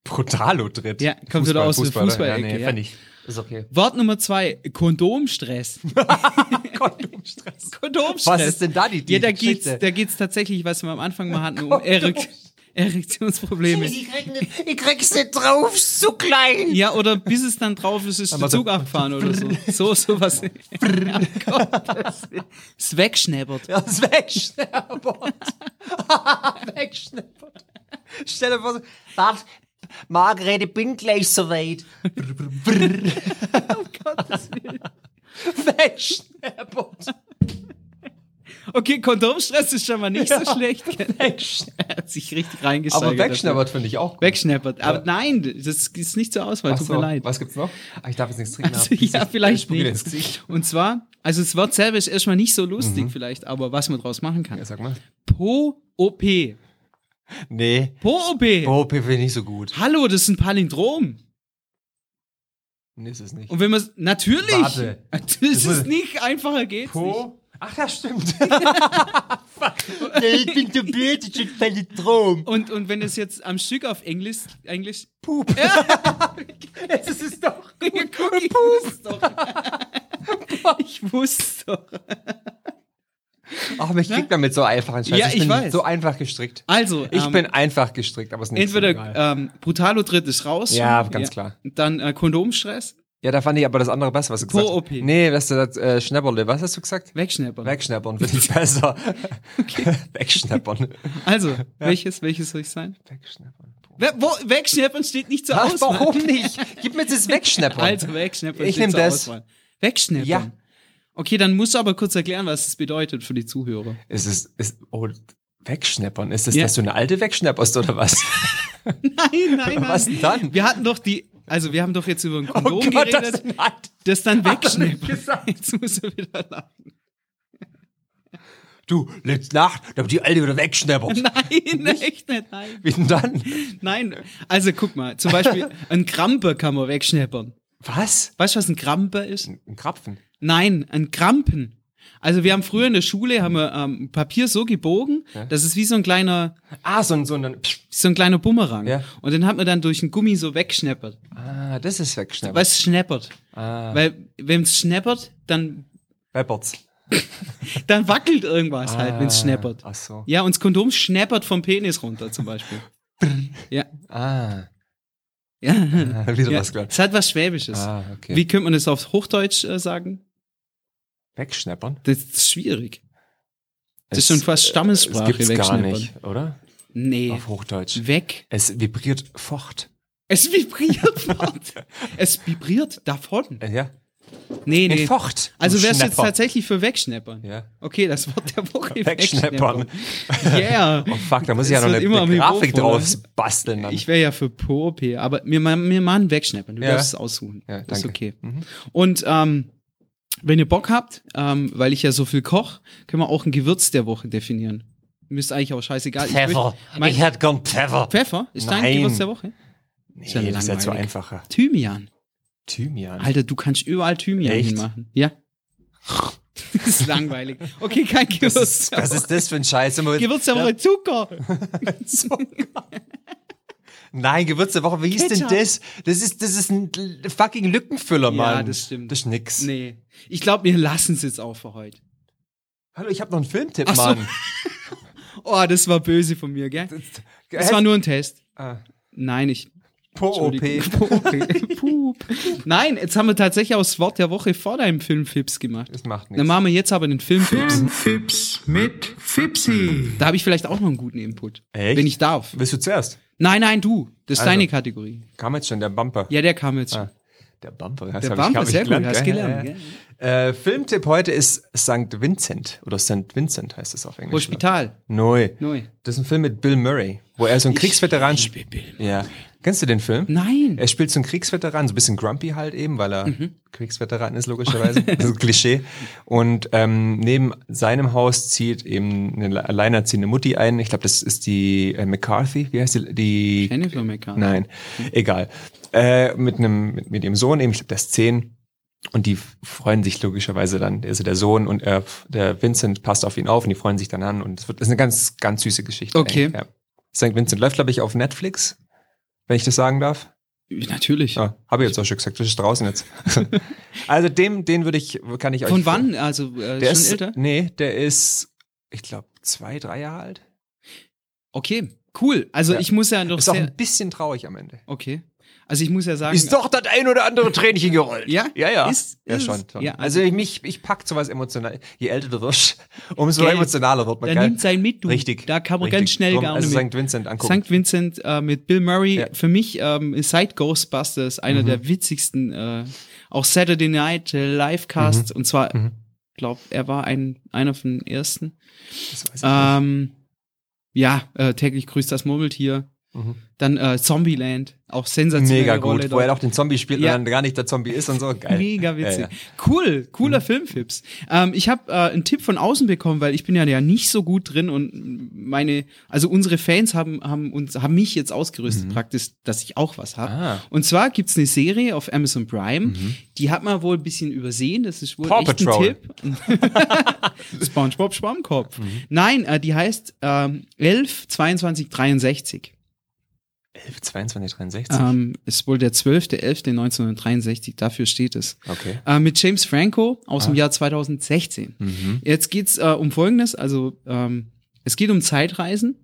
S3: Brutalo-Dritt.
S2: Ja, kommt wieder aus der
S3: Ja,
S2: Fußball-Ecke, ja.
S3: fand ich. Ist [laughs] okay.
S2: Wort Nummer zwei, Kondomstress.
S3: Kondomstress.
S2: Kondomstress.
S3: Was ist denn da die- die
S2: Ja, da geht's,
S3: Geschichte?
S2: da geht's tatsächlich, was wir am Anfang mal
S3: [laughs]
S2: hatten, um Erek Erektionsprobleme.
S6: Ich krieg's nicht drauf, ist zu klein.
S2: Ja, oder bis es dann drauf ist, ist der
S3: so-
S2: Zug abgefahren oder so. So, sowas. [laughs] Oh Gott, das ist wegschnäppert.
S3: Ja, [laughs] das [laughs] Wegschnappert. Wegschnappert. Stell dir vor, so-
S6: Warte,
S2: [laughs] Um
S6: Margret, ich bin gleich soweit.
S3: Mensch, Herbert.
S2: Okay, Kondomstress ist schon mal nicht so schlecht.
S3: Mensch.
S2: Er hat sich richtig reingesteigert.
S3: Aber wegschnabbert finde ich auch gut.
S2: Wegschnappert. Aber nein, das ist nicht zur Auswahl.
S3: Ach
S2: Tut
S3: so,
S2: mir leid.
S3: Was gibt's noch? Ah, ich darf jetzt nichts trinken.
S2: Also,
S3: hab
S2: [laughs]
S3: dieses-
S2: ja, vielleicht
S3: Spucke ins Gesicht.
S2: nicht. Und zwar, also das Wort selber ist erstmal nicht so lustig vielleicht, aber was man draus machen kann.
S3: Mhm. Ja, sag mal.
S2: Po-OP.
S3: Nee.
S2: Po-OP.
S3: Oh, finde ich nicht so gut.
S2: Hallo, das ist ein Palindrom.
S3: Nee, ist es nicht.
S2: Und wenn man natürlich,
S3: Warte.
S2: [laughs] das
S3: Das muss-
S2: ist nicht einfacher geht's nicht.
S3: Po? Ach, das [laughs] stimmt. ich bin der Bild, ich bin Palindrom.
S2: Und, und wenn es jetzt am Stück auf Englisch,
S3: [laughs]
S2: Englisch,
S3: Pup. Ja.
S2: [laughs]
S3: es ist es doch.
S2: Ja, guck, ich wusste doch. ich wusste doch.
S3: Ach, mich kriegt man mit so einfachen Scheiß.
S2: Ne? Ja,
S3: bin
S2: ich weiß.
S3: so einfach gestrickt.
S2: Also,
S3: Ich
S2: ähm,
S3: bin einfach gestrickt, aber es ist nicht
S2: entweder ähm, Brutalo tritt ist raus.
S3: Ja, ganz klar.
S2: Dann äh, Kondomstress,
S3: Ja, da fand ich aber das andere besser, was du gesagt hast.
S2: Po-OP.
S3: Nee, das, das äh, Schnäpperle, was hast du gesagt?
S2: wegschnappern.
S3: Wegschnäppern finde ich besser. [laughs] Wegschnäppern. [laughs]
S2: Also, welches, welches soll ich sein?
S3: Wegschnäppern.
S2: We wo, wegschnappern steht nicht zur
S3: Ach,
S2: Auswahl.
S3: warum nicht? Gib mir das Wegschnäppern.
S2: Also, wegschnappern
S3: Ich
S2: steht
S3: nehm
S2: zur
S3: das.
S2: Auswahl. Wegschnappern.
S3: Ja.
S2: Okay, dann musst du aber kurz erklären, was das bedeutet für die Zuhörer.
S3: Ist es, ist, oh, Wegschnäppern. Ist es,
S2: Ja.
S3: dass du eine alte wegschnäpperst oder was?
S2: [laughs] Nein, nein, nein.
S3: Was denn dann?
S2: [laughs]
S3: Oh
S2: Wir hatten doch die, also wir haben doch jetzt über ein Kondom
S3: das
S2: geredet,
S3: ist ein alt-
S2: [laughs] das, dann
S3: er nicht
S2: wegschnappern.
S3: gesagt.
S2: Jetzt muss er wieder lachen.
S3: Du, letzte Nacht, da haben die alte wieder wegschnäppert.
S2: Nein, echt nicht, nein.
S3: Wie denn dann?
S2: Nein, also guck mal, zum [laughs] Beispiel ein Kramper kann man wegschnappern.
S3: Was?
S2: Weißt du, was ein Kramper ist?
S3: Ein Krapfen.
S2: Nein, ein Krampen. Also wir haben früher in der Schule haben wir ähm, Papier so gebogen, dass es wie so ein kleiner,
S3: Ah, so ein, so ein, psch,
S2: so ein kleiner Bumerang.
S3: Ja.
S2: Und den hat man dann durch ein Gummi so wegschneppert.
S3: ah, das ist Ah, wegschnäppert.
S2: Was schneppert? Weil wenn es schneppert, dann
S3: Weppert's.
S2: dann wackelt irgendwas
S3: Ah.
S2: halt, wenn es schneppert.
S3: Ach so.
S2: Ja, und das Kondom schneppert vom Penis runter zum Beispiel. [laughs] ja,
S3: Ah, [laughs]
S2: ja.
S3: ah, wieder
S2: ja.
S3: was gehört.
S2: Es hat was Schwäbisches.
S3: Ah, okay.
S2: Wie könnte man das auf Hochdeutsch äh, sagen?
S3: Wegschnäppern?
S2: Das ist schwierig. Das ist schon fast Stammessprache,
S3: Das äh, gibt's gar
S2: wegschnäppern.
S3: nicht, oder?
S2: Nee.
S3: Auf Hochdeutsch.
S2: Weg.
S3: Es vibriert fort.
S2: Es vibriert [laughs] fort. es vibriert davon.
S3: Äh, Ja?
S2: Nee,
S3: Nee,
S2: nee.
S3: fort. du
S2: Also wärst du jetzt
S3: Schnäpper.
S2: tatsächlich für Wegschneppern.
S3: Ja.
S2: Okay, das Wort der Woche.
S3: Wegschnäppern. [laughs]
S2: Yeah.
S3: Oh fuck, da muss ich ja
S2: Es
S3: noch eine,
S2: wird immer am
S3: eine
S2: Niveau
S3: Grafik
S2: vor,
S3: drauf
S2: ne?
S3: basteln. Dann.
S2: Ich wäre ja für Pop, aber mir, ma- mir mal einen Wegschneppern. Du
S3: Ja.
S2: darfst es aussuchen.
S3: Ja,
S2: Das ist
S3: danke. Mhm.
S2: okay. Und ähm, wenn ihr Bock habt, ähm, weil ich ja so viel koche, können wir auch ein Gewürz der Woche definieren. Müsste eigentlich auch scheißegal. Ich möcht- mein,
S3: hätte gern Pfeffer.
S2: Pfeffer ist dein
S3: Nein.
S2: Gewürz der Woche?
S3: Nee,
S2: Ist ja
S3: das ist ja
S2: langweilig.
S3: zu
S2: Halt
S3: einfacher.
S2: Thymian.
S3: Thymian.
S2: Alter, du kannst überall Thymian
S3: Echt?
S2: hinmachen. Ja. [laughs] das ist langweilig. Okay, kein Gewürz.
S3: Was ist,
S2: der
S3: was
S2: Woche.
S3: ist das für ein Scheiß? Immer mit-
S2: Gewürz der Woche Zucker.
S3: Nein, Gewürz der Woche, wie hieß denn
S2: Ketchup.
S3: das? Das ist, das ist ein l- fucking Lückenfüller, Mann.
S2: das stimmt.
S3: Das ist nix.
S2: Nee. Ich glaube, wir lassen es jetzt auch für heute.
S3: Hallo, ich habe noch einen Filmtipp,
S2: Ach so.
S3: Mann.
S2: Oh, das war böse von mir, gell? [laughs] Das
S3: Hä?
S2: war nur ein Test.
S3: Ah.
S2: Nein, ich.
S3: Po-OP.
S2: Entschuldigung.
S3: [laughs]
S2: Po-OP. Pup. Nein, jetzt haben wir tatsächlich auch das Wort der Woche vor deinem Filmfips gemacht.
S3: Das macht
S2: Dann
S3: nichts.
S2: machen wir jetzt aber den Filmfips.
S7: Fips mit Fipsi.
S2: Da habe ich vielleicht auch noch einen guten Input.
S3: Echt?
S2: Wenn ich darf.
S3: Willst du zuerst?
S2: Nein, nein, du. Das ist
S3: Also.
S2: deine Kategorie.
S3: Kam jetzt schon der Bumper.
S2: Ja, der kam jetzt.
S3: Ah, Der Bumper. Das
S2: Der
S3: hab
S2: Bumper,
S3: hab
S2: sehr gut, hast
S3: gell?
S2: gelernt,
S3: Äh, Filmtipp heute ist St. Vincent. Oder St. Vincent heißt es auf Englisch.
S2: Hospital.
S3: Neu.
S2: Neu.
S3: Das ist ein Film mit Bill Murray, wo er so ein Kriegsveteran spielt. Ja. Kennst du den Film?
S2: Nein.
S3: Er spielt so einen Kriegsveteran, so ein bisschen grumpy halt eben, weil er
S2: Mhm.
S3: Kriegsveteran ist,
S2: [laughs]
S3: logischerweise. Das ist ein Klischee. Und ähm, neben seinem Haus zieht eben eine alleinerziehende Mutti ein. Ich glaube, das ist die äh, McCarthy. Wie heißt die? die
S2: Jennifer McCann.
S3: Nein, egal. Äh, mit einem, mit, mit ihrem Sohn eben, ich glaube, der ist zehn. Und die freuen sich logischerweise dann, also der Sohn und äh, der Vincent passt auf ihn auf und die freuen sich dann an. Und es wird, ist eine ganz, ganz süße Geschichte.
S2: Okay.
S3: eigentlich, Ja. St. Vincent läuft, glaube ich, auf Netflix, wenn ich das sagen darf.
S2: Natürlich.
S3: Ah, Habe ich jetzt auch schon gesagt, das ist
S2: [laughs]
S3: draußen jetzt. also dem, den würde ich, kann ich euch.
S2: Von wann? Also äh,
S3: Der
S2: schon
S3: ist,
S2: älter?
S3: Nee, der ist, ich glaube, zwei, drei Jahre alt.
S2: Okay, cool. Also
S3: Ja.
S2: ich muss ja noch
S3: Ist auch
S2: sehr.
S3: ein bisschen traurig am Ende.
S2: Okay. Also ich muss ja sagen,
S3: Ist doch das ein oder andere Tränchen gerollt.
S2: Ja?
S3: Ja, ja.
S2: Ist-
S3: ja,
S2: ist-
S3: schon. schon.
S2: ja,
S3: also ich, mich, ich pack sowas emotional. Je älter du wirst,
S2: [laughs]
S3: umso
S2: Gell.
S3: emotionaler wird man.
S2: Da
S3: gell?
S2: nimmt sein mit, du.
S3: Richtig.
S2: Da kann man
S3: richtig.
S2: ganz schnell
S3: Drum,
S2: gar
S3: Also
S2: nicht mit.
S3: St. Vincent angucken.
S2: St. Vincent äh, mit Bill Murray,
S3: Ja. Mhm.
S2: für mich ähm, ist Side Ghostbusters einer der witzigsten, äh, auch Saturday Night äh,
S3: Mhm.
S2: Livecasts und zwar, glaub, er war ein, einer von den ersten.
S3: Das weiß ich
S2: Ähm, ja, äh, täglich grüßt das Murmeltier. Dann äh, Zombieland, auch
S3: nicht.
S2: sensationell.
S3: Mhm. Mega gut.
S2: Rolle
S3: Wo er
S2: dort.
S3: auch den Zombie spielt
S2: Ja.
S3: und dann gar nicht der Zombie ist und so. Geil.
S2: Mega witzig.
S3: Äh, Ja, Mhm. ja.
S2: Cool, cooler Filmfips. Ähm, ich habe äh, einen Tipp von außen bekommen, weil ich bin ja, ja nicht so gut drin und meine, also unsere Fans haben, haben uns, haben mich jetzt ausgerüstet praktisch, dass ich auch was habe.
S3: Mhm. Ah. Mhm.
S2: Und zwar gibt's eine Serie auf Amazon Prime, die hat man wohl ein bisschen übersehen, das ist wohl
S3: Paw
S2: echt
S3: Patrol. Mhm.
S2: ein Tipp. [laughs] SpongeBob Schwammkopf. Nein, äh, die heißt ähm, 11 22 63.
S3: 11, 22, 63.
S2: Ähm, ist wohl der 12.11.1963, dafür steht es.
S3: Okay.
S2: Äh, mit James Franco aus
S3: Ah.
S2: dem Jahr 2016. Jetzt geht's äh, um Folgendes, also ähm, es geht um Zeitreisen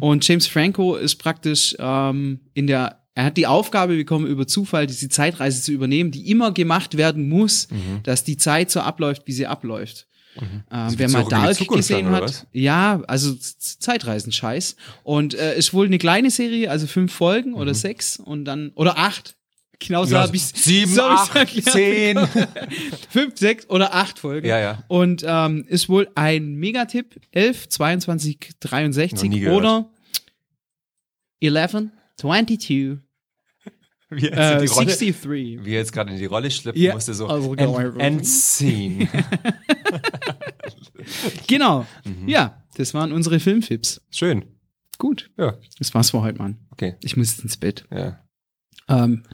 S2: und James Franco ist praktisch ähm, in der er hat die Aufgabe bekommen, über Zufall diese Zeitreise zu übernehmen, die immer gemacht werden muss,
S3: Mhm.
S2: dass die Zeit so abläuft, wie sie abläuft. Ähm,
S3: Ist
S2: wer
S3: wie
S2: mal
S3: Zurück in die
S2: Dark
S3: Zukunft dann,
S2: gesehen
S3: oder
S2: hat,
S3: was?
S2: ja, also Z- Zeitreisen-Scheiß. Und äh, ist wohl eine kleine Serie, also fünf Folgen
S3: Mhm.
S2: oder sechs und dann, oder acht. Genau so habe ich [laughs]
S3: Sieben, acht, zehn.
S2: Fünf, sechs oder acht Folgen.
S3: Ja, ja.
S2: Und ähm, ist wohl ein Megatipp. 11, 22,
S3: Noch nie
S2: 63
S3: gehört.
S2: oder 11, 22,
S3: Wie
S2: äh,
S3: er jetzt in die Rolle-
S2: 63.
S3: wie er jetzt gerade in die Rolle schlüpfen
S2: Ja.
S3: musste, so
S2: Also,
S3: end,
S2: [laughs]
S3: end scene.
S2: Genau.
S3: Mhm.
S2: Ja, das waren unsere Filmfips.
S3: Schön.
S2: Gut.
S3: Ja,
S2: Das war's für heute, Mann.
S3: okay.
S2: Ich muss jetzt ins Bett.
S3: Ja.
S2: Ähm,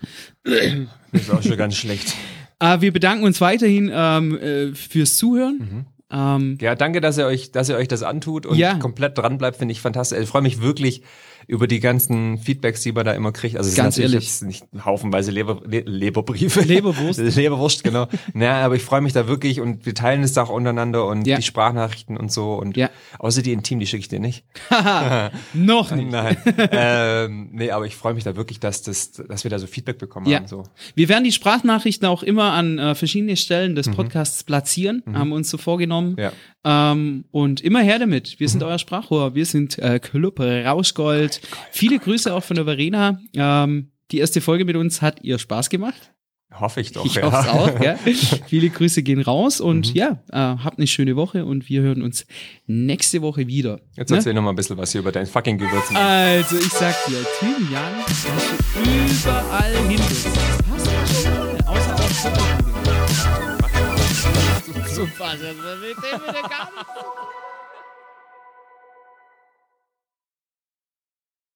S3: Das war auch schon ganz schlecht.
S2: äh, wir bedanken uns weiterhin ähm, äh, fürs Zuhören.
S3: Mhm.
S2: Ähm,
S3: [laughs] Ja, danke, dass ihr euch, dass ihr euch das antut und
S2: Ja.
S3: komplett dran bleibt, finde ich fantastisch. Also Ich freue mich wirklich über die ganzen Feedbacks, die man da immer kriegt. Also es
S2: Ganz
S3: sind natürlich
S2: ehrlich.
S3: jetzt nicht haufenweise Leber, Le Leberbriefe.
S2: Leberwurst.
S3: [laughs] Leberwurst, genau. naja, aber ich freue mich da wirklich und wir teilen es auch untereinander und
S2: Ja.
S3: die Sprachnachrichten und so und
S2: Ja.
S3: außer die Intim, die schicke ich dir nicht.
S2: noch
S3: [laughs]
S2: nicht.
S3: Nein. ähm, nee, aber ich freue mich da wirklich, dass das, dass wir da so Feedback bekommen
S2: Ja.
S3: haben. So.
S2: Wir werden die Sprachnachrichten auch immer an äh, verschiedene Stellen
S3: Mhm.
S2: des Podcasts platzieren, haben wir uns so vorgenommen.
S3: Ja.
S2: Ähm, und immer her damit. Wir sind euer Sprachrohr. Wir sind äh, Club Rauschgold. Viele Grüße auch von der Verena. Ähm, die erste Folge mit uns hat ihr Spaß gemacht.
S3: Hoffe ich doch.
S2: Ich
S3: ja.
S2: hoffe es auch. Gell? Viele Grüße gehen raus und ja, äh, habt eine schöne Woche und wir hören uns nächste Woche wieder.
S3: Jetzt
S2: ne?
S3: erzähl noch mal ein bisschen was hier über dein fucking Gewürz.
S2: Also, ich sag dir, Thymian hast du überall hin. Hast du schon mal, außer auf Zucker. So, was ist das mit dem, mit der Gabel?